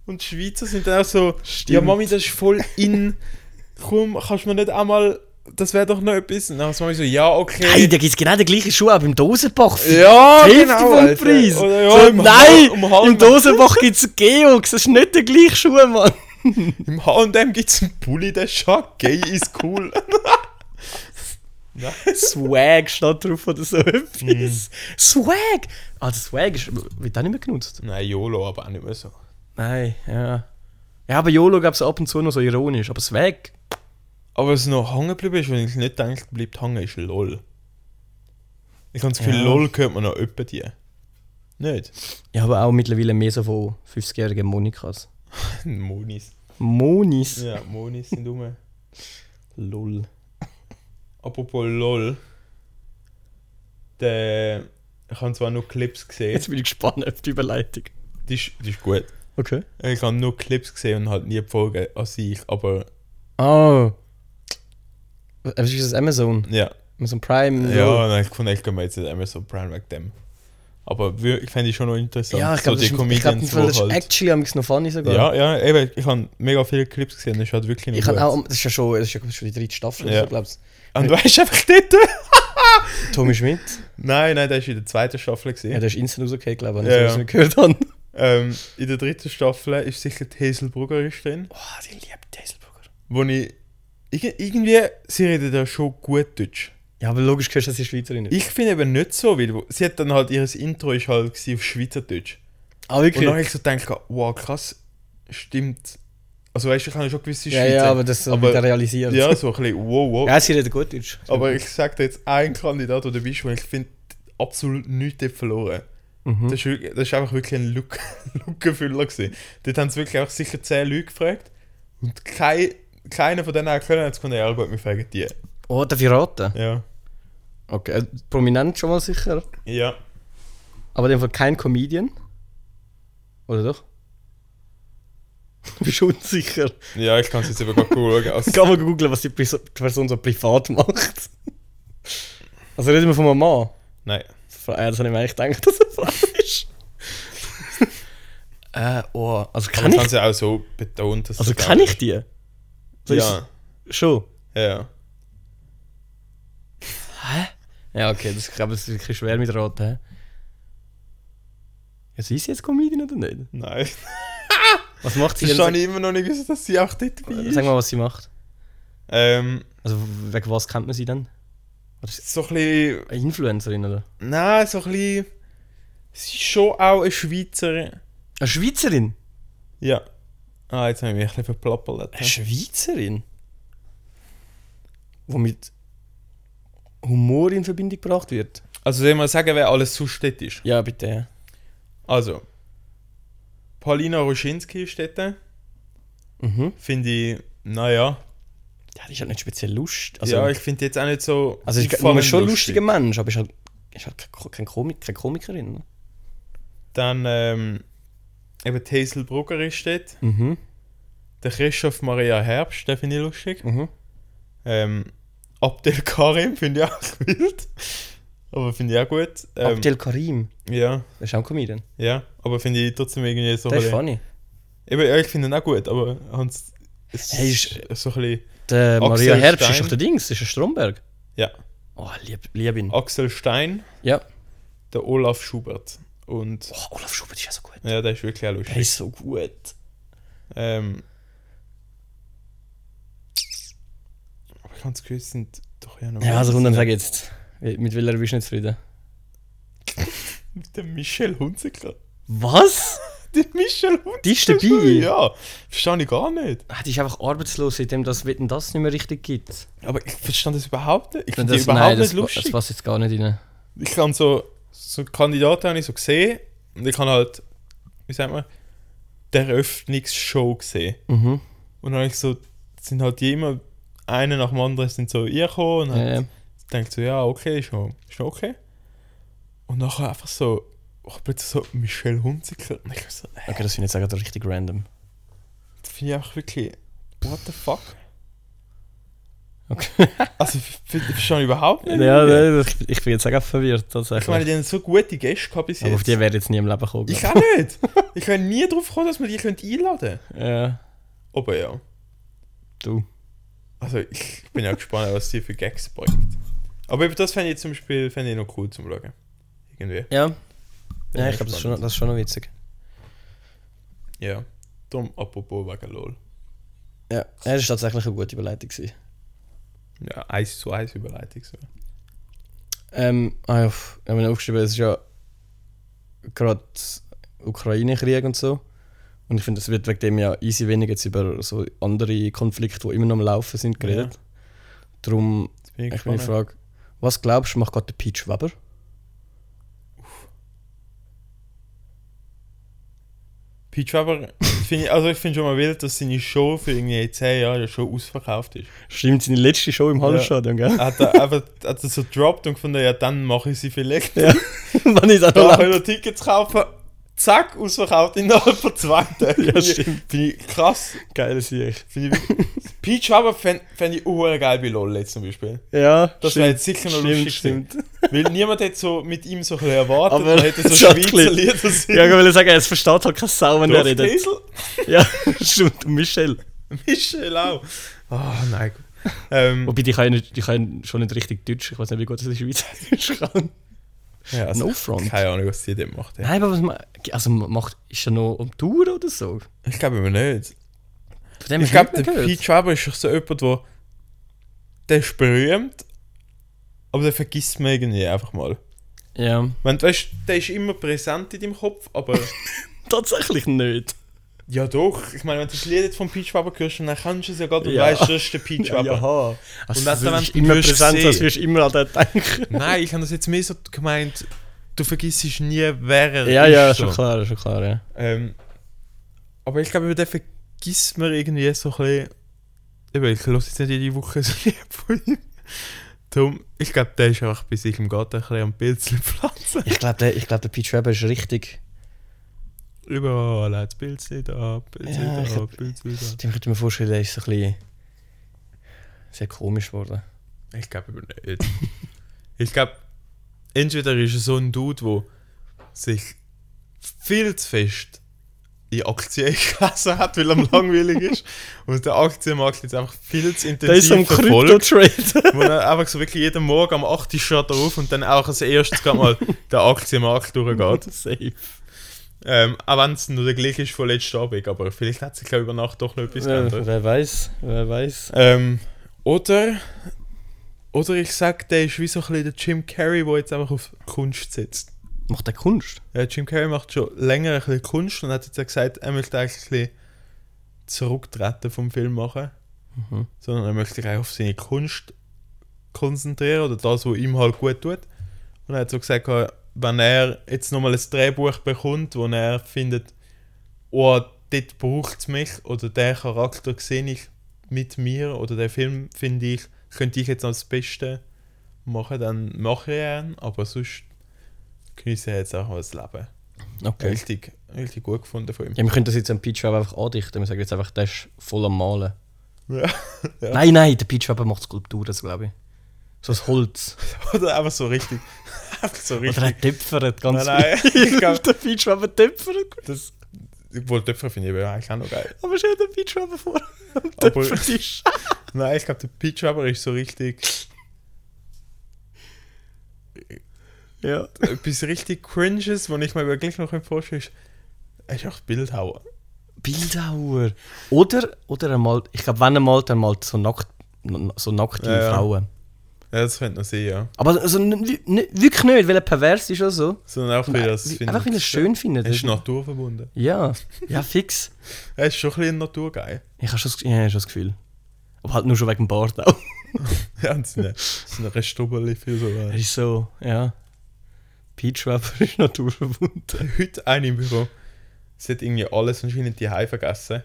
Und die Schweizer sind dann auch so, ja Mami, das ist voll in. Komm, kannst du mir nicht einmal, das wäre doch noch etwas. Und dann ist Mami so, ja, okay. Nein, da gibt es genau den gleichen Schuh auch im Dosenbach. ja, genau, Hälfte vom Alter. Preis. Oder, so, ja, im nein, Ha- um halb, im Dosenbach gibt es Geox, das ist nicht der gleiche Schuh, Mann. Im H&M gibt es einen Pulli, der schaut, gay ist cool. Swag steht drauf oder Hm. so etwas. Swag! Also Swag ist, wird auch nicht mehr genutzt. Nein, YOLO, aber auch nicht mehr so. Nein, ja. Ja, aber YOLO gab es ab und zu noch so ironisch, aber Swag. Aber was noch hängen geblieben ist, wenn ich nicht denke, bleibt hängen, ist LOL. Ich habe das Gefühl, Ja. LOL könnte man noch öppe die. Nicht? Ja, aber auch mittlerweile mehr so von 50-jährigen Monikas. Monis. Monis. Ja, Monis sind dumme. Lol. Apropos LOL. Der. Ich habe zwar nur Clips gesehen. Jetzt bin ich gespannt auf die Überleitung. Die ist, die ist gut. Okay. Ich habe nur Clips gesehen und halt nie die Folge an sich, aber Oh. Was ist das Amazon? ja. Amazon Prime? Ja, nein, ich fand ich kann mir jetzt nicht Amazon Prime wegen dem. Aber wir- ich fände ich schon noch interessant. Ja, ich glaube, das, die ist- ich glaub, Comedians, das ist wo halt. actually am liebsten noch funny sogar. Ja, ja, eben, ich habe mega viele Clips gesehen, das ist halt wirklich Ich gut. kann auch, das ist ja schon, das ist ja schon die dritte Staffel, Ja. ja. glaube ich. Und du hast einfach dort. Tommy Schmidt, Nein, nein, der ist in der zweiten Staffel ja, gesehen. der ist instant rausgekehrt, glaube ich, Ja, als ja. ich es gehört habe. ähm, in der dritten Staffel ist sicher die Heselbrugger drin. Oh, die liebt Dieselburger. wo ich. Irg irgendwie, sie redet ja schon gut Deutsch. Ja, aber logisch gehörst du, dass sie Schweizerin ist. Ich finde eben nicht so, weil wo- sie hat dann halt, ihr Intro ist halt gewesen auf Schweizerdeutsch. Ah, Und wirklich? dann habe ich so gedacht, wow, krass, stimmt. Also weißt du, ich habe schon gewisse ja, ja, aber das aber, wieder realisiert. Ja, so ein bisschen, wow, wow. ja, sie redet gut Deutsch. Aber ich sage dir jetzt einen Kandidat, der dabei ist, wo ich finde, absolut nichts dort verloren. Mhm. Das, ist, wirklich- das ist einfach wirklich ein Look- Lückenfüller gewesen. Dort haben sie wirklich auch sicher 10 Leute gefragt und kein, keiner von denen hat können, jetzt kommt ja gut, wir fragen die. Oh, darf ich raten? Ja. Okay, äh, prominent schon mal sicher. Ja. Aber in dem Fall kein Comedian. Oder doch? Du bist unsicher. Ja, ich kann es jetzt eben gar cool schauen. Also, Kann man googeln, was die Pris- die Person so privat macht. Also reden wir von einem Mann. nein. Fra- Ja, das habe ich mir eigentlich gedacht, dass er Frau ist. äh, oh, also Aber kann das haben ich, sie auch so betont, dass also das kann auch- ich die? So Ja. Ist, schon. Ja. Ja, okay, das, ich glaube, das ist wirklich schwer mit Raten. hä? Ja, sie ist jetzt Comedian oder nicht? Nein. Was macht sie Ich denn? habe Sag, immer noch nicht gewusst, dass sie auch dort dabei ist. sag mal, was sie macht. Ähm, Also w- wegen was kennt man sie dann? so ein bisschen. Eine Influencerin oder? Nein, so ein bisschen. Sie ist schon auch eine Schweizerin. Eine Schweizerin? Ja. Ah, jetzt habe ich mich ein bisschen verplappert. Eine Schweizerin? Wo mit Humor in Verbindung gebracht wird? Also, soll ich mal sagen, wer alles sonst dort ist? Ja, bitte. Also. Paulina Ruschinski ist dort. Mhm. Finde ich, naja. Ja, die ist halt nicht speziell lustig. Also, Also, ja, ich finde die jetzt auch nicht so. Also ich auffallend bin schon ein lustiger Mensch, aber ich halt, ist halt kein, kein Komik, keine Komikerin. Ne? Dann ähm, eben die Hazel Brugger ist dort. Mhm. Der Christoph Maria Herbst, den finde ich lustig. Mhm. Ähm, Abdel Karim finde ich auch wild. Aber finde ich auch gut. Ähm, Abdel Karim, Ja, der ist auch ein Comedian. ja. Aber finde ich trotzdem irgendwie so Der ist bisschen- funny. Eben, ja, ich finde ihn auch gut, aber Hans. Es Hey, ist so ein bisschen. Der Axel äh, Maria Herbst Stein. ist doch der Dings, ist ein Stromberg. Ja. Oh, lieb, lieb ihn. Axel Stein, Ja. der Olaf Schubert. Und Oh, Olaf Schubert ist ja so gut. ja, der ist wirklich auch lustig. Der ist so gut. Ähm, aber ganz kurz sind doch ja noch. Ja, also mehr. und dann sag jetzt, mit welcher bist du nicht zufrieden? Mit dem Michel Hunziker. Was? Der Michel Hunziker. Die ist dabei? Ja, verstehe ich gar nicht. Ah, die ist einfach arbeitslos, seitdem das Wetten das nicht mehr richtig gibt. Aber ich verstand das überhaupt nicht. Ich Das, finde die überhaupt nein, nicht das, lustig. das passt jetzt gar nicht rein. ich kann so, so Kandidaten habe ich so gesehen und ich habe halt, wie sagt man, die Eröffnungsshow gesehen. Mhm. Und dann habe ich so, sind halt die immer, einer nach dem anderen sind so ihr gekommen und Ja, halt ja. denkt so, ja, okay, schon, schon okay. Und nachher einfach so, oh, ich hab plötzlich so Michelle Hunziker. Und ich war so, hä? Okay, das finde ich jetzt auch gerade richtig random. Das finde ich einfach wirklich, what the fuck? Okay. Also, f- f- das schon überhaupt nicht. ja, nein, ich, ich bin jetzt auch gerade verwirrt tatsächlich. Ich meine, die haben so gute Gäste gehabt bis Aber auf jetzt. die wäre jetzt nie im Leben gekommen. Ich glaub auch nicht. Ich kann nie drauf kommen, dass wir die könnt einladen ich. Ja, Aber ja. du. Also, ich bin ja gespannt, was die für Gags bringt. Aber über das fände ich zum Beispiel fände ich noch cool zum Schauen. Irgendwie. Ja. Ja, Ja, ich glaube, das, ist schon spannend. noch- das ist schon noch witzig. Ja. Darum, apropos wegen LOL. Ja, ja das war tatsächlich eine gute Überleitung. Gewesen. Ja, eins zu eins Überleitung. So. Ähm, ah ja, pff, ich habe mir aufgeschrieben, es ist ja gerade Ukraine-Krieg und so. Und ich finde, es wird wegen dem ja easy wenig jetzt über so andere Konflikte, die immer noch am Laufen sind, geredet. Darum, Jetzt bin ich ich bin gespannt. die Frage, was glaubst du, macht gerade der Peach Schwaber? Peach Weber, find ich, also ich finde schon mal wild, dass seine Show für irgendwie 10 Jahre ja schon ausverkauft ist. Stimmt, seine letzte Show im Hallenstadion, gell? Hat er einfach hat er so gedroppt und gefunden, ja dann mache ich sie vielleicht. Ja. Wenn ich das Da noch kann ich noch Tickets kaufen. Zack, ausverkauft innerhalb von zwei Tagen. Ja, stimmt. Finde ich krass. Geil, ich. Finde ich wirklich- Peach Weber fände fänd ich auch geil bei LOL jetzt zum Beispiel. Ja, Das wäre jetzt sicher noch lustig gewesen. Weil niemand hätte so mit ihm so ein bisschen erwartet. Aber man hätte so Schottli- Schweizer Lieder sind. Ja, ich will sagen, es versteht halt keine Sau, wenn er redet. Dorfkäsel? Ja, stimmt. Und Michelle. Michel auch. Oh nein. gut. Ähm, Wobei, die kann, ja nicht, die kann schon nicht richtig Deutsch. Ich weiß nicht, wie gut das in Schweizerisch kann. ja, also, No front. Keine Ahnung, was die dort macht. Ja. Nein, aber was man, also man macht, ist er noch um Tour oder so? Ich glaube aber nicht. Von dem Ich hab glaube, nicht der mehr Pete Schwaber ist doch so jemand, der. Der ist berühmt, aber der vergisst man irgendwie einfach mal. Ja, Wenn, weißt, der ist immer präsent in deinem Kopf, aber. tatsächlich nicht. ja, doch. Ich meine, wenn du das Lied jetzt von Pete Schwaber hörst, dann kannst du es ja gerade und Ja. weißt, das ist der Pete Schwaber. Jaha. Also, Und und das das dann, ist wenn immer du wirst präsent, das sehen. wirst du immer an den denken. Nein, ich habe das jetzt mehr so gemeint, du vergisst nie, wer er Ja, ist. ja, so. schon klar, schon klar, ja. Ähm, aber ich glaube, über den vergisst man irgendwie so ein bisschen. Eben, ich höre jetzt nicht jede Woche so ein Lied von ihm. Darum, ich glaube, der ist einfach bei sich im Garten ein bisschen am Pilzchen pflanzen. Ich glaube, der, ich glaub, der Pete Schwaber ist richtig. Überall hat Pilzchen da, Pilzchen Ja, ich da, hab- Pilzchen Dem könnte ich mir vorstellen, der ist so ein bisschen. sehr komisch geworden. da. Ich glaube aber nicht. ich glaube, entweder ist er so ein Dude, der sich viel zu fest in Aktien gegessen hat, weil er am langweilig ist. Und der Aktienmarkt jetzt einfach viel zu intensiv Der ist so ein verfolgt. Krypto-Trade. wo er einfach so wirklich jeden Morgen am 8. Uhr schaut er auf und dann auch als erstes gerade mal der Aktienmarkt durchgeht. Safe. Ähm, auch wenn es nur der gleiche ist von letzter Abend, aber vielleicht hat sich glaub ich, über Nacht doch noch etwas Wer, geändert. wer weiß, wer weiß. Ähm, oder, oder ich sag, der ist wie so ein bisschen der Jim Carrey, der jetzt einfach auf Kunst sitzt. Macht der Kunst? Ja, Äh, Jim Carrey macht schon länger ein bisschen Kunst und hat jetzt auch gesagt, er möchte eigentlich ein bisschen zurücktreten vom Film machen. Sondern er möchte sich eigentlich auf seine Kunst konzentrieren oder das, was ihm halt gut tut. Und er hat so gesagt, äh, wenn er jetzt nochmal ein Drehbuch bekommt, wo er findet, oh, dort braucht es mich oder der Charakter sehe ich mit mir oder der Film finde ich, könnte ich jetzt als Beste machen, dann mache ich ihn, aber sonst genieße ich jetzt auch mal das Leben. Okay. Richtig, richtig gut gefunden von ihm. Ja, wir können das jetzt am Peach Schwaber einfach andichten. Wir sagen jetzt einfach, der ist voll am Malen. Ja. Nein, nein, der Peach Schwaber macht Skulpturen, glaube ich. So das Holz. Oder einfach so richtig. Einfach so Oder richtig. er töpfert ganz Nein, nein, ich viel. glaub- der Peach Schwaber töpfert. Das, obwohl Töpfer finde ich aber eigentlich auch noch geil. Aber stell dir den Peach Schwaber vor. am Aber- Töpfertisch. Nein, ich glaube, der Peach aber ist so richtig. ja. Etwas richtig Cringes, was ich mir wirklich noch vorstelle, ist. Er ist auch Bildhauer. Bildhauer. Oder, oder er malt, ich glaube, wenn er malt, dann malt so, nackt, so nackte Ja, ja. Frauen. Ja, das könnte man sehen, ja. Aber also, n- n- wirklich nicht, weil er pervers ist oder so. Sondern auch wieder das Wie- finde Einfach weil er es ich- schön findet. Er ist naturverbunden. Ja, ja, fix. Er ist schon ein bisschen naturgeil. Ich habe schon, das- ja, ich hab schon das Gefühl. Aber halt nur schon wegen dem Bart auch. Ja, und seine, seine Restubberli für so. Er äh, ist so, ja. Peachwapper ist naturverbunden. Heute eine im Büro. Sie hat irgendwie alles anscheinend die vergessen.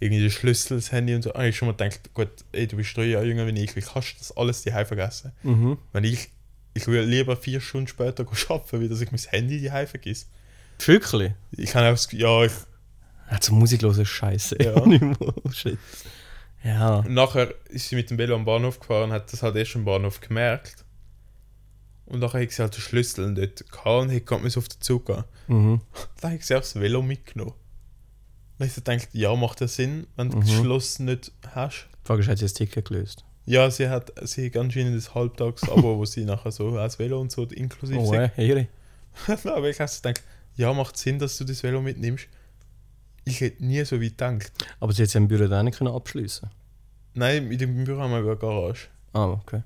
Irgendwie den Schlüssel, das Handy und so. Und ich Mhm. schon mal gedacht, gut, ey, du bist drei Jahre jünger wie ich, wie kannst du das alles die vergessen? Wenn ich ich will lieber vier Stunden später arbeiten, wie dass ich mein Handy die vergesse. Wirklich? Ich kann auch, das- ja, ich, Also Musik hören ist scheiße. Ja. Shit. Ja. Und nachher ist sie mit dem Velo am Bahnhof gefahren, hat das halt erst am Bahnhof gemerkt. Und nachher hat sie halt den Schlüssel dort gehabt und hat mir auf den Zug gehen. Mhm. Dann hat sie auch das Velo mitgenommen. Dann hat sie gedacht, ja, macht ja Sinn, wenn Mhm. du das Schloss nicht hast. Die Frage ist, hat sie das Ticket gelöst? Ja, sie hat, sie hat anscheinend das Halbtags-Abo, wo sie nachher so als Velo und so inklusive Oh, sind. äh, Ehre. Aber ich habe so gedacht, ja, macht Sinn, dass du das Velo mitnimmst. Ich hätte nie so weit gedacht. Aber sie hätte sein Büro dann nicht abschließen Nein, mit dem Büro haben wir eine Garage. Ah, okay.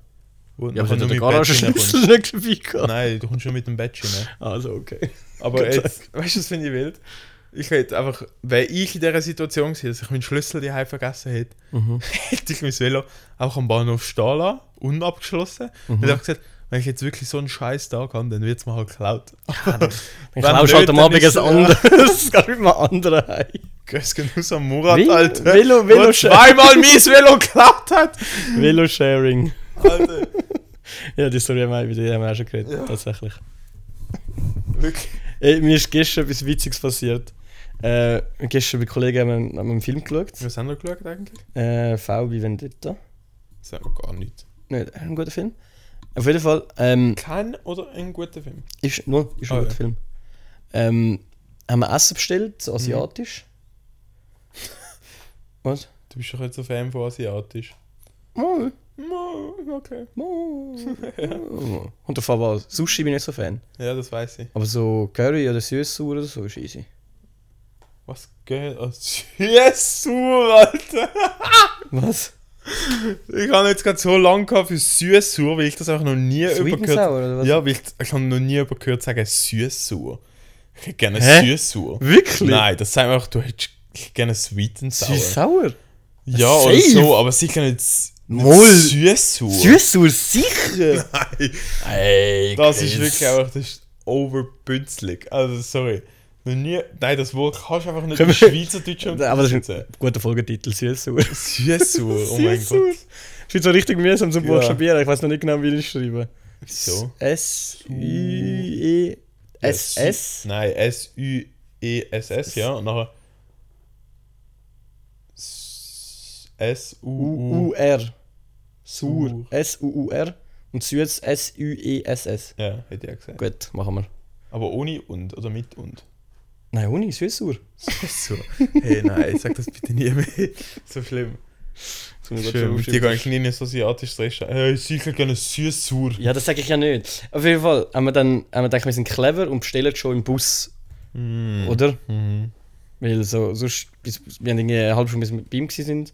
Wo Ja, aber nachher sie hat den nur mit Bett reinkommst. Garagenschlüssel nicht dabei gehabt. Nein, du kommst schon mit dem Bett ne? rein. Also, okay. Aber Gott jetzt, weißt du, was finde ich wild? Ich hätte einfach, wäre ich in dieser Situation gewesen, dass ich meinen Schlüssel die vergessen hätte, Mhm. hätte ich mein Velo auch am Bahnhof stehen lassen, unabgeschlossen. Mhm. Und habe gesagt, wenn ich jetzt wirklich so einen scheiß Tag habe, dann wird es mir halt geklaut. Aber Dann wenn klaust du nicht, halt am dann Abend ist- ein anderes. Gehst mit einem anderen heim. Grüß genauso am Murat, Velo- Alter. Velo- Velo- der halt- zweimal mein Velo geklaut hat. Velosharing. Alter, Ja, die Story haben wir, über die haben wir auch schon geredet, tatsächlich. wirklich. Ey, mir ist gestern etwas Witziges passiert. Äh, gestern mit Kollegen haben wir einen, haben wir einen Film geschaut. Was haben wir geschaut eigentlich? Äh, V wie Vendetta. Das haben wir gar nicht. Nicht ein guter Film. Auf jeden Fall, ähm, Kein oder ein guter Film? ist, nur, ist ein Ah, guter ja. Film. Ähm, haben wir Essen bestellt, so asiatisch. Mhm. Was? Du bist doch jetzt ein Fan von Asiatisch. Mal. Mo, Okay. Mal. Und davon war Sushi bin ich nicht so Fan. Ja, das weiß ich. Aber so Curry oder Süßsauer oder so ist easy. Was geht? Süßsur, Alter! Was? Ich habe jetzt gerade so lange gehabt für Süßsur, weil ich das auch noch nie Sweet and übergehört sour, oder was? Ja, weil ich, ich habe noch nie übergehört sagen Süßsur. Ich hätte gerne Hä? Süßsur. Wirklich? Nein, das sagt man auch, du hättest ich hätte gerne Sweet and Sour. Süßsauer? Ja, Safe. oder so, aber sicher nicht, s- nicht Moll. Süßsur. Süßsauer sicher? Nein, Ey, das ist Chris. wirklich einfach, das ist overbünzlig. Also, sorry. Noch nie, nein, das Wort kannst du einfach nicht Können im wir- Schweizerdeutschen Aber das ist ein übersetzen. guter Folgetitel, Süßsauer. Süßsur, oh mein Süßsauer. Gott. Ist jetzt so richtig mühsam zum Ja. Buchstabieren, ich weiß noch nicht genau, wie ich schreibe. So. S-I-E-S-S? Nein, S-U-E-S-S, ja. Und nachher. S-U-U. U-U-R. Sur. Sur. S-U-U-R. Und Süß S-U-E-S-S. Ja, hätte ich auch gesagt. Gut, machen wir. Aber ohne und oder mit und. Nein, ohne Süßsauer. so. Hey, nein, sag das bitte nie mehr. so schlimm. Schön, mit dir kann ich nie so asiatisch reden. Hey, sicher gerne süß-sur. Ja, das sage ich ja nicht. Auf jeden Fall haben wir dann haben wir gedacht, wir sind clever und bestellen schon im Bus. Oder? Mhm. Weil so, sonst, bis, wir haben irgendwie eine halbe Stunde bis wir bei ihm waren.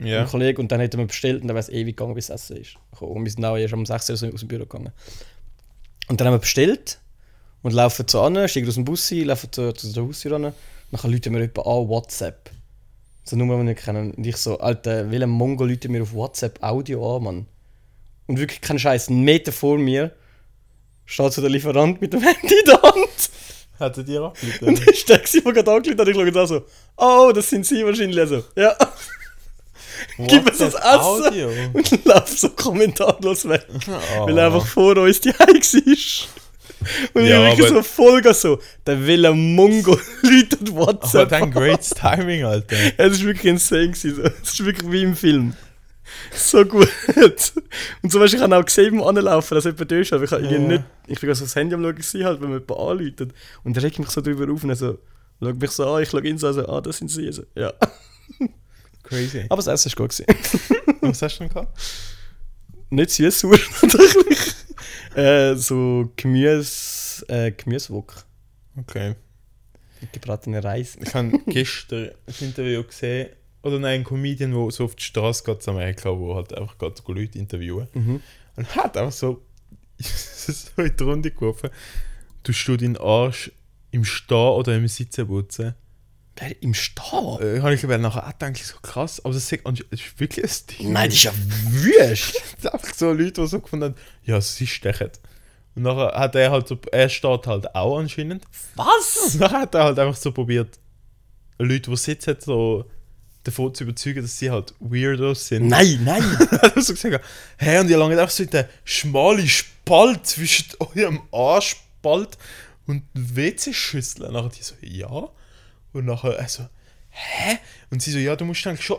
Ja. einem Kollegen und dann hätten wir bestellt und dann wäre es ewig gegangen, bis das Essen ist. gekommen. Und wir sind auch erst um 6 Uhr so aus dem Büro gegangen. Und dann haben wir bestellt und laufen so an, steigen aus dem Bus ein, laufen zu, zu der Haustür ran. Nachher läuten wir jemanden an, WhatsApp. So eine Nummer, die wir nicht kennen. Und ich so, Alter, welchen Mongo läuten mir auf WhatsApp Audio an, Mann? Und wirklich kein Scheiß, einen Meter vor mir steht so der Lieferant mit dem Handy in der Hand. Hättet ihr auch Und bitte? dann ist der, gewesen, der gerade angelegt hat, ich schaue jetzt auch so, oh, das sind sie wahrscheinlich. Also, ja. Gib uns das Essen. Audio. und lauf so kommentarlos weg, Oh. weil er einfach vor uns die Hei war. Und Ja, ich wirklich aber- so Vollgas so, der will ein Mongo läutet Aber WhatsApp. dann great Timing, Alter. Es ist wirklich insane gewesen. so. Es ist wirklich wie im Film. So gut. Und so weißt, ich habe auch gesehen beim Anlaufen, dass jemand da ist, aber ich habe irgendwie Ja. nicht, ich bin gerade so das Handy am schauen gewesen, halt, wenn mir jemand anläutet. Und er regt mich so drüber auf und er so, schaut mich so an, ich schaue ihn so an, so, ah, das sind sie. So, ja. Crazy. Aber das Essen ist gut gewesen. Was hast du denn gehabt? Nicht Süßsauer natürlich. äh, so Gemüse, äh, Gemüsewok. Okay. Gebratene Reis. Ich habe gestern ein Interview gesehen, oder nein, einen Comedian, der so auf die Straße geht zu Amerika, wo halt einfach gerade so Leute interviewen. Mhm. Und hat einfach so, so in die Runde gerufen, tust du deinen Arsch im Stehen oder im Sitzen putzen? Wer im Stall? Äh, habe ich aber nachher auch gedacht, so krass, aber das ist, anscheinend- das ist wirklich ein Ding. Nein, das ist ja wurscht. Es sind einfach so Leute, die so gefunden haben, ja, sie stechen. Und nachher hat er halt so, er steht halt auch anscheinend. Was? Und dann hat er halt einfach so probiert, Leute, die sitzen, so davon zu überzeugen, dass sie halt Weirdos sind. Nein, nein! Hat er so gesagt, hä, und ihr langt auch so den schmalen Spalt zwischen eurem Arschspalt und dem WC-Schüssel. Und nachher die so, ja. Und nachher, also, hä? Und sie so, ja, du musst eigentlich schon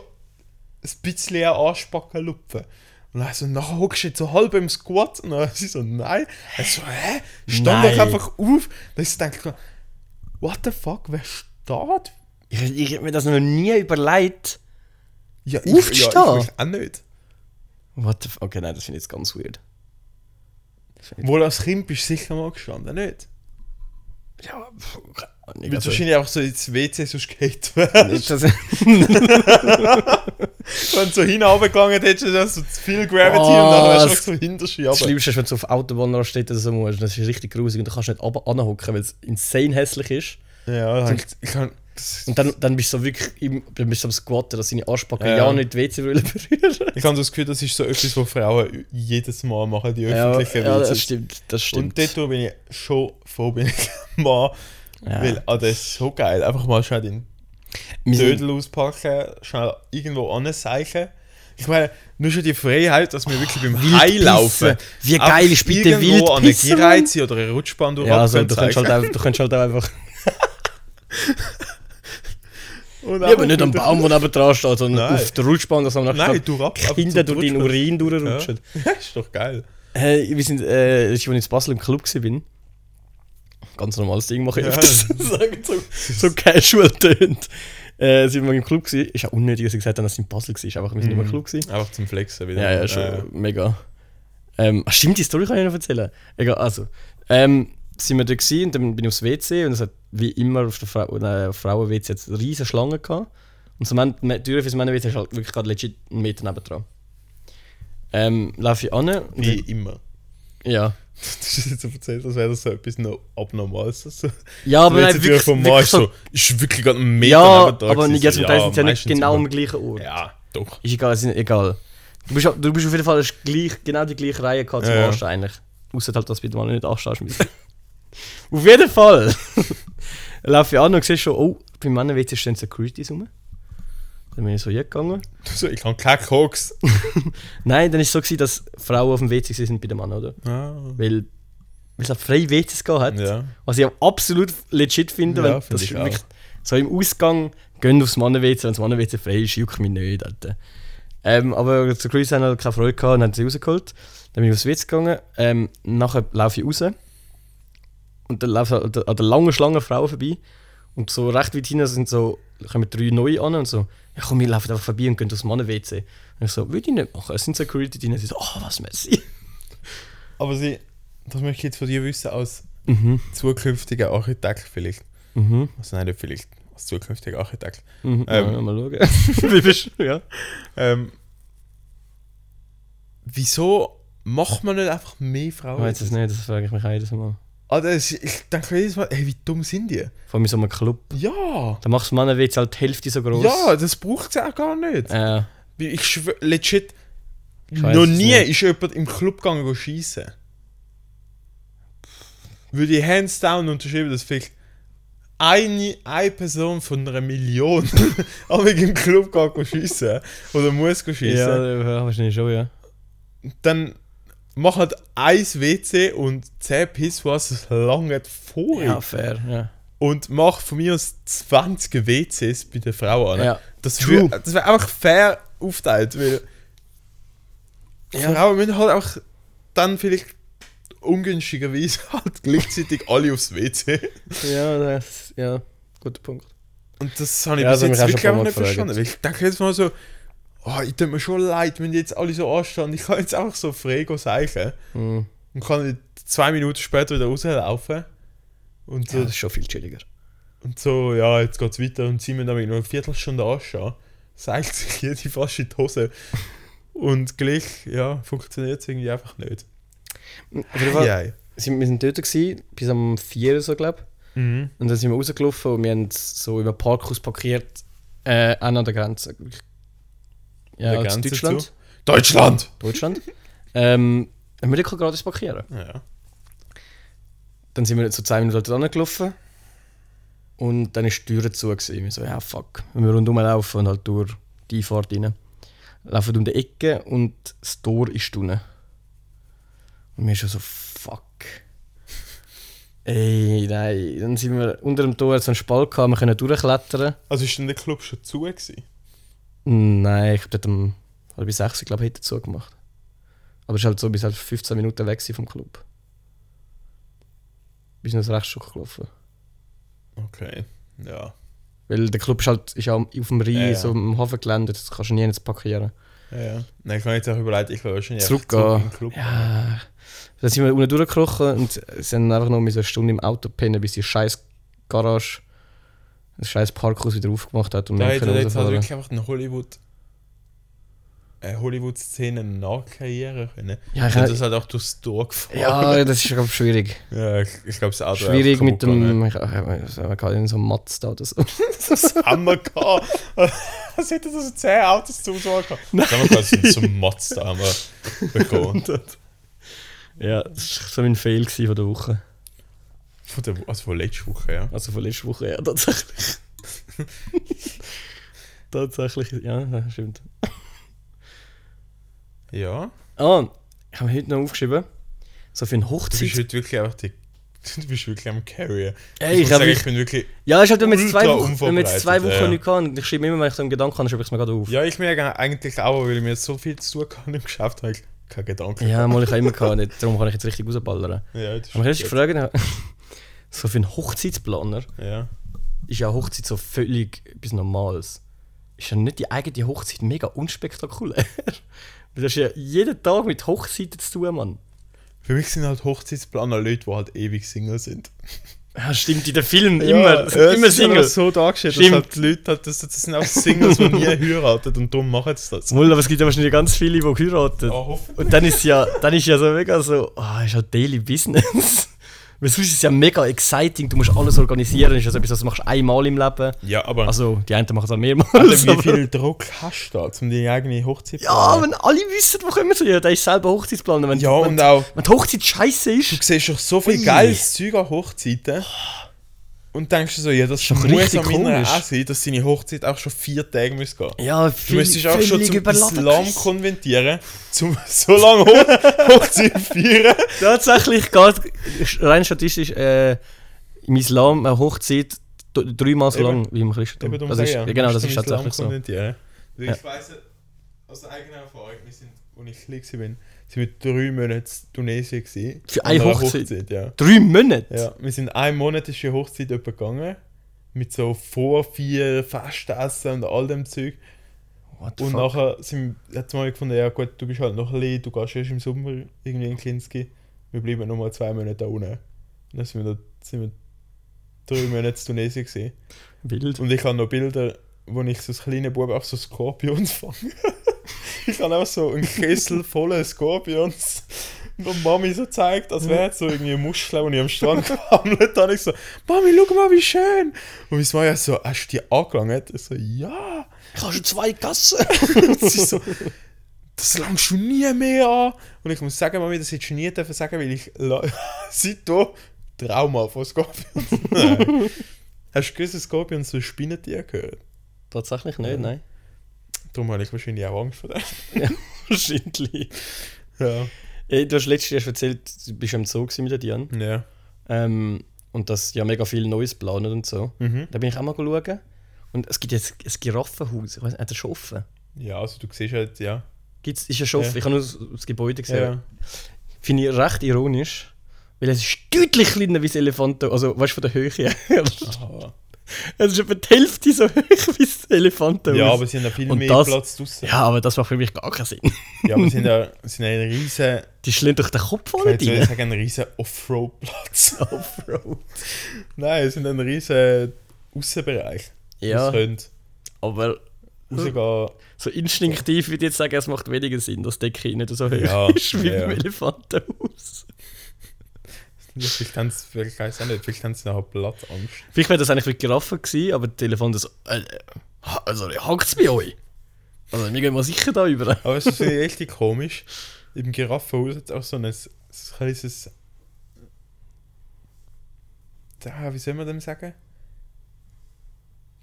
ein bisschen an Arschbacken lupfen. Und dann so, nachher hockst du jetzt so halb im Squat. Und dann sie so, nein. Er so, hä? Stand Nein. doch einfach auf. Dann ich so gedacht, what the fuck, wer steht? Ich, ich habe mir das noch nie überlegt. Ja, Aufstehen? Ja, ich, ich auch nicht. What the f Okay, nein, das finde ich jetzt ganz weird. Wohl als Kind bist du sicher mal gestanden, nicht? Ja, pff, keine Ahnung, Weil also- du wahrscheinlich einfach so ins WC sonst geht wärst. Nicht, dass- Wenn du so hinabgegangen hättest, hättest du so zu viel Gravity Oh, und dann wärst du das- einfach so hinterst Das aber Schlimmste ist, wenn du auf Autobahn ansteht oder so musst. Das ist richtig grusig und du kannst nicht ab- anhocken, weil es insane hässlich ist. Ja, halt. dann- ich kann. das- Und dann, dann bist du so wirklich im, dann bist du am Squatten, dass seine Arschbacken Ja. ja, nicht die WC wollen berühren. Ich habe so das Gefühl, das ist so etwas, was Frauen jedes Mal machen, die Ja, öffentlichen ja, das WCs. stimmt, das stimmt. Und dort bin ich schon froh, bin ich mal. Ja. Weil, ah, das ist so geil. Einfach mal schnell den Wir sind- Dödel auspacken, schnell irgendwo anzeichen. Ich meine, nur schon die Freiheit, dass wir wirklich beim Hai Wildpissen. laufen. Wie Einfach geil ist bitte irgendwo an eine Wildpissen, Mann? Gereize oder eine Rutschbahn durch ja, also, du, abzeichen. könntest halt, auch- du könntest halt auch einfach. Und Ja, aber einfach nicht am wieder- Baum, der neben dran steht, sondern Nein. auf der Rutschbahn, dass am Nein, Nachmittag du ab. Kinder durch deinen Urin Ja. durchrutschen. ist doch geil. Hey, wir sind, äh, als ich als in Basel im Club war, ganz normales Ding mache ich Ja. öfters, sagen, so, so casual tönt. Äh, sind wir im Club gewesen, ist ja unnötig, dass ich gesagt habe, dass es in Basel war, einfach wir sind immer im Club gewesen. Einfach zum Flexen wieder. Ja, ja, schon mega. Ähm, ah, stimmt, die Story kann ich noch erzählen. Egal, also. Ähm, sind wir da gewesen und dann bin ich aufs WC und es hat wie immer auf der Frau, äh, Frauen-WC jetzt riesige Schlangen gehabt. Und zum Ende, die Tür fürs Männer-WC ist halt wirklich gerade legit einen Meter nebendran. Ähm, laufe ich an und Wie immer. ja. Du hast jetzt so erzählt, als wäre das so etwas noch Abnormales. So. Ja, aber Jetzt nein, die Tür wirklich, vom wirklich Marsch so, so, ist wirklich gerade ein Meter Ja, neben dran aber gewesen. nicht jetzt So, mit ja, sind ja nicht meistens genau immer. am gleichen Ort. Ja, doch. Ist egal, sind egal. Du bist, du bist auf jeden Fall hast gleich, genau die gleiche Reihe gehabt zum Ja, ja. Arsch eigentlich. Außer halt, dass du wieder mal nicht anstehst. mit- auf jeden Fall! Laufe ich an und sehe schon, oh, bei Männern WC stehen Securities rum. Dann bin ich so hingegangen. So, ich kann keinen Koks. Nein, dann war es so, gewesen, dass Frauen auf dem WC gewesen sind bei dem Mann, oder? Ah, Weil weil es halt freie WCs gegeben hat. Ja. Was ich auch absolut legit finde, Ja, weil finde das ich ist wirklich so im Ausgang, gehen aufs Mannenwitz, wenn das Mannenwitz frei ist, juckt mich nicht. Alter. Ähm, aber zu Grüße haben halt keine Freude gehabt und haben sie rausgeholt. Dann bin ich aufs Witz gegangen, ähm, nachher laufe ich raus und dann laufe ich an der- an der langen Schlange Frauen vorbei und so recht weit hinten sind so, kommen drei neue an und so, ja komm, wir laufen einfach vorbei und gehen aufs Mannen-WC. Und ich so, würde ich nicht machen, es sind Security drin, sie so, oh, was merci. Aber sie, das möchte ich jetzt von dir wissen, als Mhm, zukünftiger Architekt vielleicht. Also nein, nicht vielleicht, als zukünftiger Architekt. Ähm, Mhm. ja, mal schauen. Wie bist du? Ja. Ähm, wieso macht man nicht einfach mehr Frauen? Ich weiß es nicht, das frage ich mich auch jedes Mal. Ah, das, ist- ich denke jedes Mal, hey, wie dumm sind die? Vor allem in so einem Club. Ja! Da machst du Männerwitz halt die Hälfte so groß. Ja, das braucht es auch gar nicht. Äh, Wie- Ich schwöre, legit, weiss noch es nie nicht. ist jemand im Club gegangen schießen. Würde ich hands down unterschreiben, dass vielleicht eine, eine Person von einer Million am im Club geht schießen oder muss schießen. ja, ja, wahrscheinlich schon, ja. dann mach halt ein WC und 10 Pisswas, das lange vor. Ja, fair. Ja. Und mach von mir aus 20 WCs bei den Frauen an. Ja. Das True. wäre das wär einfach fair aufteilt, weil Ja. Frauen müssen halt auch dann vielleicht ungünstigerweise halt gleichzeitig alle aufs WC. ja, das ja, guter Punkt. Und das habe ich Ja, bis das hab ich auch jetzt wirklich schon ein einfach paar nicht Mal verstanden. Weil ich denke jetzt mal so, oh, ich tue mir schon leid, wenn die jetzt alle so anstehen. Ich kann jetzt einfach so frei seichen Mhm. und kann nicht zwei Minuten später wieder rauslaufen. Und so, Das ist schon viel chilliger. und so ja, jetzt geht's weiter und sie müssen damit nur eine Viertelstunde anstehen. Seilt sich jede fast in die Hose. Und gleich, ja, funktioniert es irgendwie einfach nicht. Auf jeden Fall, Ja. sind, wir sind dort gewesen, bis am 4 oder so, glaube ich. Und dann sind wir rausgelaufen und wir haben so über den Parkhaus parkiert, äh, auch an der Grenze. Ja, Der zu Grenze Deutschland. zu- Deutschland! Deutschland. ähm, haben wir dort gratis parkieren. Ja. Dann sind wir so zwei Minuten dort angelaufen. Und dann ist die Tür zu. Gewesen. Ich so, ja, fuck. Wenn wir rundherum laufen und halt durch die Einfahrt rein. Laufen um die Ecke und das Tor ist unten. Und wir schon so, fuck. Ey, nein. Dann sind wir unter dem Tor so einen Spalt gehabt, wir können durchklettern. Also ist denn der Club schon zu gewesen? Nein, ich habe dort um halb sechs, glaube ich, hätte zugemacht. Aber es war halt so, bis halt 15 Minuten weg gewesen vom Club. Bist noch recht schon gelaufen. Okay, ja. Weil der Club ist halt ist auch auf dem Rhein, Ja, ja. so im Hafengelände, das kannst du nie jetzt parkieren. ja, ja. Nein, ich habe jetzt auch überlegt, ich will wahrscheinlich einfach Zurückgehen. in den Club. Ja. Dann sind wir unten durchgekrochen und sie haben einfach noch mal so eine Stunde im Auto pennen, bis die scheiß Garage, das scheiß Parkhaus wieder aufgemacht hat. Und Da wir hätte können jetzt halt rausfahren. wirklich einfach eine Hollywood eine Hollywood-Szene nachkarrieren können. Ja, ich- ich das halt auch durchs Tor gefahren. Ja, das ist glaub, ich, schwierig. Ja, ich, ich glaube, das Auto wäre schwierig einfach mit kaputt gegangen. dem. Ich habe gerade so einen Mazda oder so. Hammer gehabt. Was hätte das so 10 Autos zu Auswahl gehabt? Nein. Dann haben wir quasi zum Mazda haben wir bekommen. Ja, das war so mein Fail gewesen von der Woche. Von der, also von letzter Woche, ja. Also von letzter Woche, ja, tatsächlich. tatsächlich, ja, stimmt. Ja. Ah, ich habe heute noch aufgeschrieben, so für eine Du bist Hochzeit. heute wirklich einfach die. Du bist wirklich am Carrier. Ey, ich, ich muss hab sagen, mich- ich bin wirklich. Ja, ich habe jetzt zwei Ultra Wochen, wenn wir jetzt zwei Wochen unvorbereitet, ja. nicht kann, und ich schreibe immer, wenn ich so einen Gedanken habe, schreibe ich es mir gerade auf. Ja, ich merke eigentlich auch, weil ich mir so viel zu tun kann und geschafft habe, ich keine Gedanken. Ja, mal ich habe immer gehabt, nicht- darum kann ich jetzt richtig rausballern. Ja, das ist Aber ich habe gut. gefragt, so für einen Hochzeitsplaner Ja. ist ja Hochzeit so völlig etwas Normales. Ist ja nicht die eigene Hochzeit mega unspektakulär? Weil Du hast ja jeden Tag mit Hochzeiten zu tun, Mann. Für mich sind halt Hochzeitsplaner Leute, die halt ewig Single sind. Ja, stimmt, in den Filmen immer. ja, immer es ist aber Single. so dargestellt, dass Stimmt. halt die Leute, halt, das, das sind auch Singles, die nie heiraten und darum machen sie das. Mull, aber es gibt ja wahrscheinlich ganz viele, die heiraten. Ja, hoffentlich. Und dann ist ja, dann ist ja so mega so, ah, ist halt Daily Business. Weil sonst ist es ja mega exciting, du musst alles organisieren, ist ja so etwas, was du machst einmal im Leben. Ja, aber Also, die einen machen es auch mehrmals. wie aber- viel Druck hast du da, um die eigene Hochzeit zu ja, wenn alle wissen, wo kommen sie, ja, der ist selber Hochzeitsplaner. Wenn, Ja, wenn, und auch- Wenn die Hochzeit scheiße ist, Du siehst doch so viel Ui. geiles Zeug an Hochzeiten. Und denkst du so, ja, das doch muss richtig an meiner komisch. auch sein, dass seine Hochzeit auch schon vier Tage muss gehen. ja, Du viel, müsstest auch schon völlig zum überladen, Islam Chris. konventieren, zum so lange Hoch Hochzeit feiern. Tatsächlich geht rein statistisch äh, im Islam eine Hochzeit d- dreimal so Eben. lang wie im Christentum. Eben, darum Das ist, sag ich ja, genau, du das musst ist zum Islam tatsächlich so. konventieren. Weil Ja. Ich weiss aus eigener Erfahrung, wir sind, als ich klein war, sind wir drei Monate in Tunesien. gewesen. Für An eine einer Hochzeit? ja. Drei Monate? Ja, wir sind einen Monat ist die Hochzeit jemand gegangen. Mit so Vorvier, Festessen und all dem Zeug. What the Und fuck? nachher sind, hat mal gefunden, ja gut, du bist halt noch ein bisschen, du gehst erst im Sommer irgendwie in Klinski. Wir bleiben nochmal zwei Monate da unten. Und dann sind wir, da, sind wir drei Monate in Tunesien gewesen. Wild. Und ich habe noch Bilder, wo ich so als kleiner Bub auch so Skorpions fange. ich habe auch so einen Kessel voller Skorpions. Und Mami so zeigt, als wäre es so irgendwie eine Muschel, die ich am Strand gehammelt habe. Ich so, Mami, schau mal, wie schön. Und meine Mama so, hast du die angelangt? Ich so, ja. Ich habe schon zwei Kassen. Und sie so, das langt schon nie mehr an. Und ich muss sagen, Mami, das hättest du nie dürfen sagen, weil ich la- seitdem Trauma von Skorpions. Nein. Hast du gewisse Skorpions zu Spinnentier gehört? Tatsächlich nicht, nein. Darum habe ich wahrscheinlich auch Angst vor dem. Wahrscheinlich. Ja. Ey, Du hast letztes Jahr erzählt, du bist im Zoo gewesen mit der Diane. Ja. Ähm, und das ja mega viel Neues planen und so. Mhm. Da bin ich auch mal schauen. Und es gibt jetzt ein Giraffenhaus. Ich weiß nicht, hat er schon offen? Ja, also du siehst halt, ja. Gibt's, ist ja schon offen. Ja. Ich habe nur das- das Gebäude gesehen. Ja. Finde ich recht ironisch. Weil es ist deutlich kleiner wie das Elefant. Also, weißt du, von der Höhe her. Aha. es ist etwa die Hälfte so hoch wie das Elefant. ja, aber sie haben ja viel Und mehr das- Platz draußen. ja, aber das macht für mich gar keinen Sinn. Ja, aber sie haben ja sie haben einen riesen, Die schlägt durch den Kopf ich alle würde jetzt rein. sagen, einen riesen Offroad-Platz. Offroad. Nein, sie haben einen riesen Außenbereich. Ja, Das halt könnt aber rausgehen. so instinktiv würde ich jetzt sagen, es macht weniger Sinn, dass die Decke nicht so hoch Ja, ist wie ja. beim Elefantenhaus. Ja, Vielleicht haben sie, vielleicht weiß ich auch nicht, vielleicht haben sie nachher Platzangst. Vielleicht wäre das eigentlich mit Giraffen gewesen, aber die Elefanten so, äh, äh, ha- also hackt es bei euch? Also wir gehen mal sicher da über. Aber es ist richtig komisch. Im Giraffenhaus hat es auch so ein, so ein kleines. Da, wie soll man dem sagen?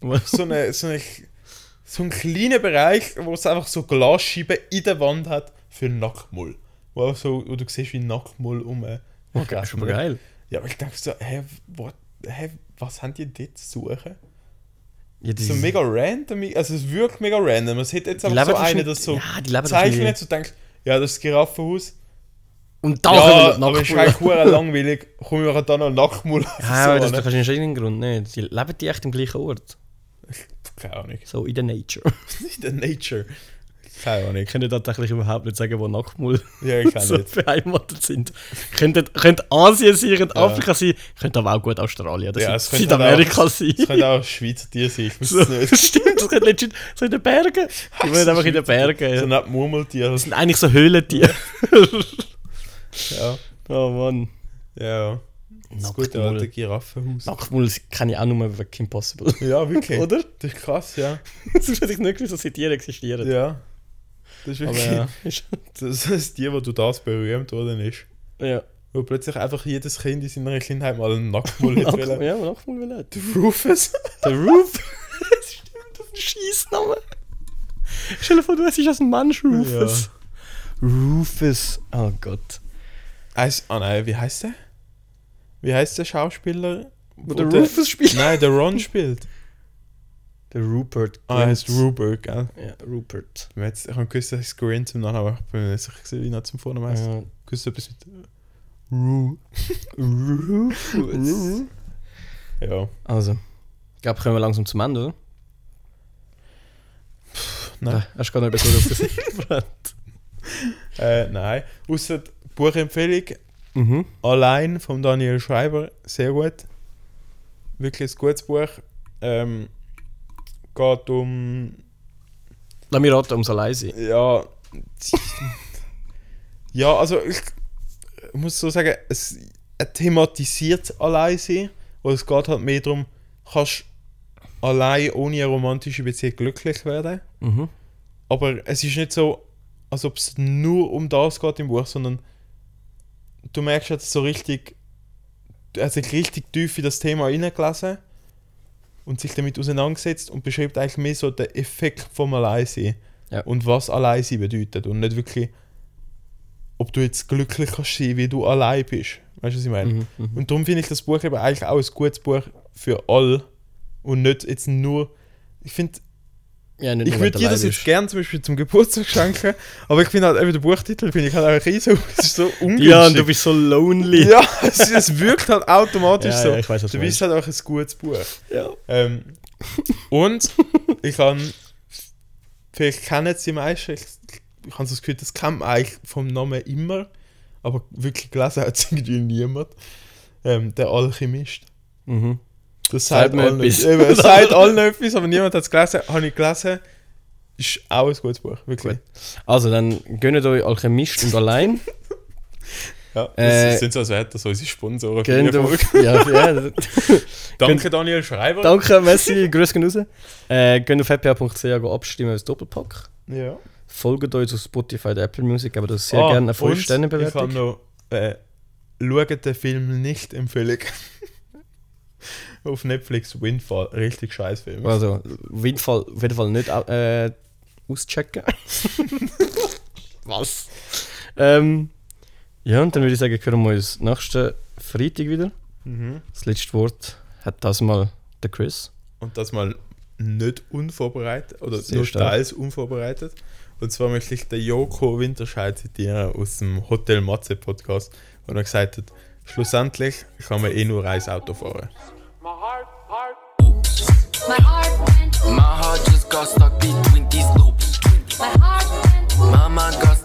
so, eine, so, eine, so einen kleinen Bereich, wo es einfach so Glasscheiben in der Wand hat für Nackmull. Wo, einfach so, wo du siehst, wie Nackmull um. Okay, ist aber geil. Ja, aber ich dachte so, hä, what, hä was haben die dort zu suchen? Ja, die, So mega random, also es wirkt mega random. Es hätte jetzt Die einfach so leben doch eine, nicht- das so Ja, die leben doch zeichnet, nicht. so denkst, ja, das ist das Giraffenhaus. Und da ja, ja, aber kommen es ist wir nach eigentlich hure langweilig. Komm, wir machen da noch Nackmull. Ja, aber das ne? ist doch wahrscheinlich schon irgendein Grund. Nicht. Die leben die echt am gleichen Ort. Keine Ahnung. So in der Nature. In der Nature. Keine Ahnung. Ich könnte tatsächlich überhaupt nicht sagen, wo Nackmull Ja, ich kann so nicht. beheimatet sind. Könnte, könnte Asien sein, könnte Afrika sein, könnte aber auch gut Australien oder Ja, Süd- es könnte Südamerika sein. Es könnte auch Schweizer Tier sein, ich weiß So, es nicht. Stimmt, das könnte legit so in den Bergen. Die wohnen einfach in den Bergen. So ja. eine Art Murmeltier. Das sind eigentlich so Höhlentiere. Ja. oh Mann. Ja. Das gute alte Nackmull. Giraffenhaus. Nackmull kenne ich auch nur wegen Kim Possible. Ja, wirklich. Oder? Das ist krass, ja. Sonst hätte ich nicht gewusst, dass sie Tiere existieren. Ja. Das ist Aber wirklich. ja. ist- Das ist die, wo du das berühmt worden ist. ja. Wo plötzlich einfach jedes Kind in seiner Kindheit mal einen Nackmull hätte Nackmull, wollen. ja, aber Nackmull will er. Rufus. Der Roof. das stimmt, das ist ein Scheißname. Stell dir vor, du heißt als Mensch Rufus. Rufus. Oh Gott. Eis, ah nein, wie heißt der? Wie heißt der Schauspieler? Wo der Rufus spielt? Nein, der Ron spielt. Der Rupert. Ah, er heißt Rupert, gell? Ja, Rupert. Ich hab jetzt- ich habe gewusst, dass ich Grint zum Namen, aber ich bin mir nicht sicher, gewesen, wie er zum Vornamen heißt. Ja. Gewusst etwas mit Ru. Rufus. Ja. Also, ich glaube, kommen wir langsam zum Ende, oder? Nein. Hast du gar nicht etwas auf sich gebrannt? Äh, nein. Außer die Buchempfehlung Mhm. Allein von Daniel Schreiber. Sehr gut. Wirklich ein gutes Buch. Ähm, geht um Lass mich raten, ums allein sein. Ja. ja, also ich muss so sagen, es er thematisiert allein sein. Und es geht halt mehr darum, kannst allein ohne eine romantische Beziehung glücklich werden. Mhm. Aber es ist nicht so, als ob es nur um das geht im Buch, sondern du merkst, er hat es so richtig, er hat sich richtig tief in das Thema hineingelesen und sich damit auseinandergesetzt und beschreibt eigentlich mehr so den Effekt vom Alleinsein Ja. und was Alleinsein bedeutet und nicht wirklich, ob du jetzt glücklich kannst sein, wie du allein bist. Weißt du, was ich meine? Mhm, Und darum finde ich das Buch eben eigentlich auch ein gutes Buch für alle und nicht jetzt nur, ich finde, Ja, nicht ich nur, wenn würde du dir allein das jetzt bist. gerne zum Beispiel zum Geburtstag schenken, aber ich finde halt eben den Buchtitel finde ich halt auch riesig. Es ist so ungünstig. Ja, und du bist so lonely. Ja, es, es wirkt halt automatisch Ja, so. ja, ich weiß, was du du bist halt auch ein gutes Buch. Ja. Ähm, und ich habe, vielleicht kennen es die meisten, ich, ich habe so das Gefühl, das kennt man eigentlich vom Namen immer, aber wirklich gelesen hat es irgendwie niemand. Ähm, der Alchemist. Mhm. Das Sagt sagt mir allen etwas. etwas. Eben, es sagt allen etwas, aber niemand hat es gelesen. Habe ich gelesen. Ist auch ein gutes Buch, wirklich. Gut. Also, dann gönnt euch Alchemist und allein. Ja, das Äh, sind so als wären das also unsere Sponsoren. für Gönnt die Folge. euch. Ja, ja. Danke, Daniel Schreiber. Danke, Messi, Grüße gehen raus. Äh, geht auf hpa.ch abstimmen als Doppelpack. ja. Folgt uns auf Spotify und Apple Music, aber das sehr Ah, gerne eine und Ich habe Vollständenbewertung. noch äh, «Schaut den Film nicht empfehlen». Auf Netflix Windfall. Richtig scheiß Film. Also, auf jeden Fall, auf jeden Fall nicht äh, auschecken. Was? Ähm, ja, und dann würde ich sagen, hören wir uns nächsten Freitag wieder. Mhm. Das letzte Wort hat das mal der Chris. Und das mal nicht unvorbereitet oder Sehr nur stark. teils unvorbereitet. Und zwar möchte ich den Joko Winterscheid zitieren aus dem Hotel Matze Podcast, wo er gesagt hat, schlussendlich kann man eh nur ein Auto fahren. My heart, heart. My heart went, My heart just got stuck between these loops. my heart went, Mama got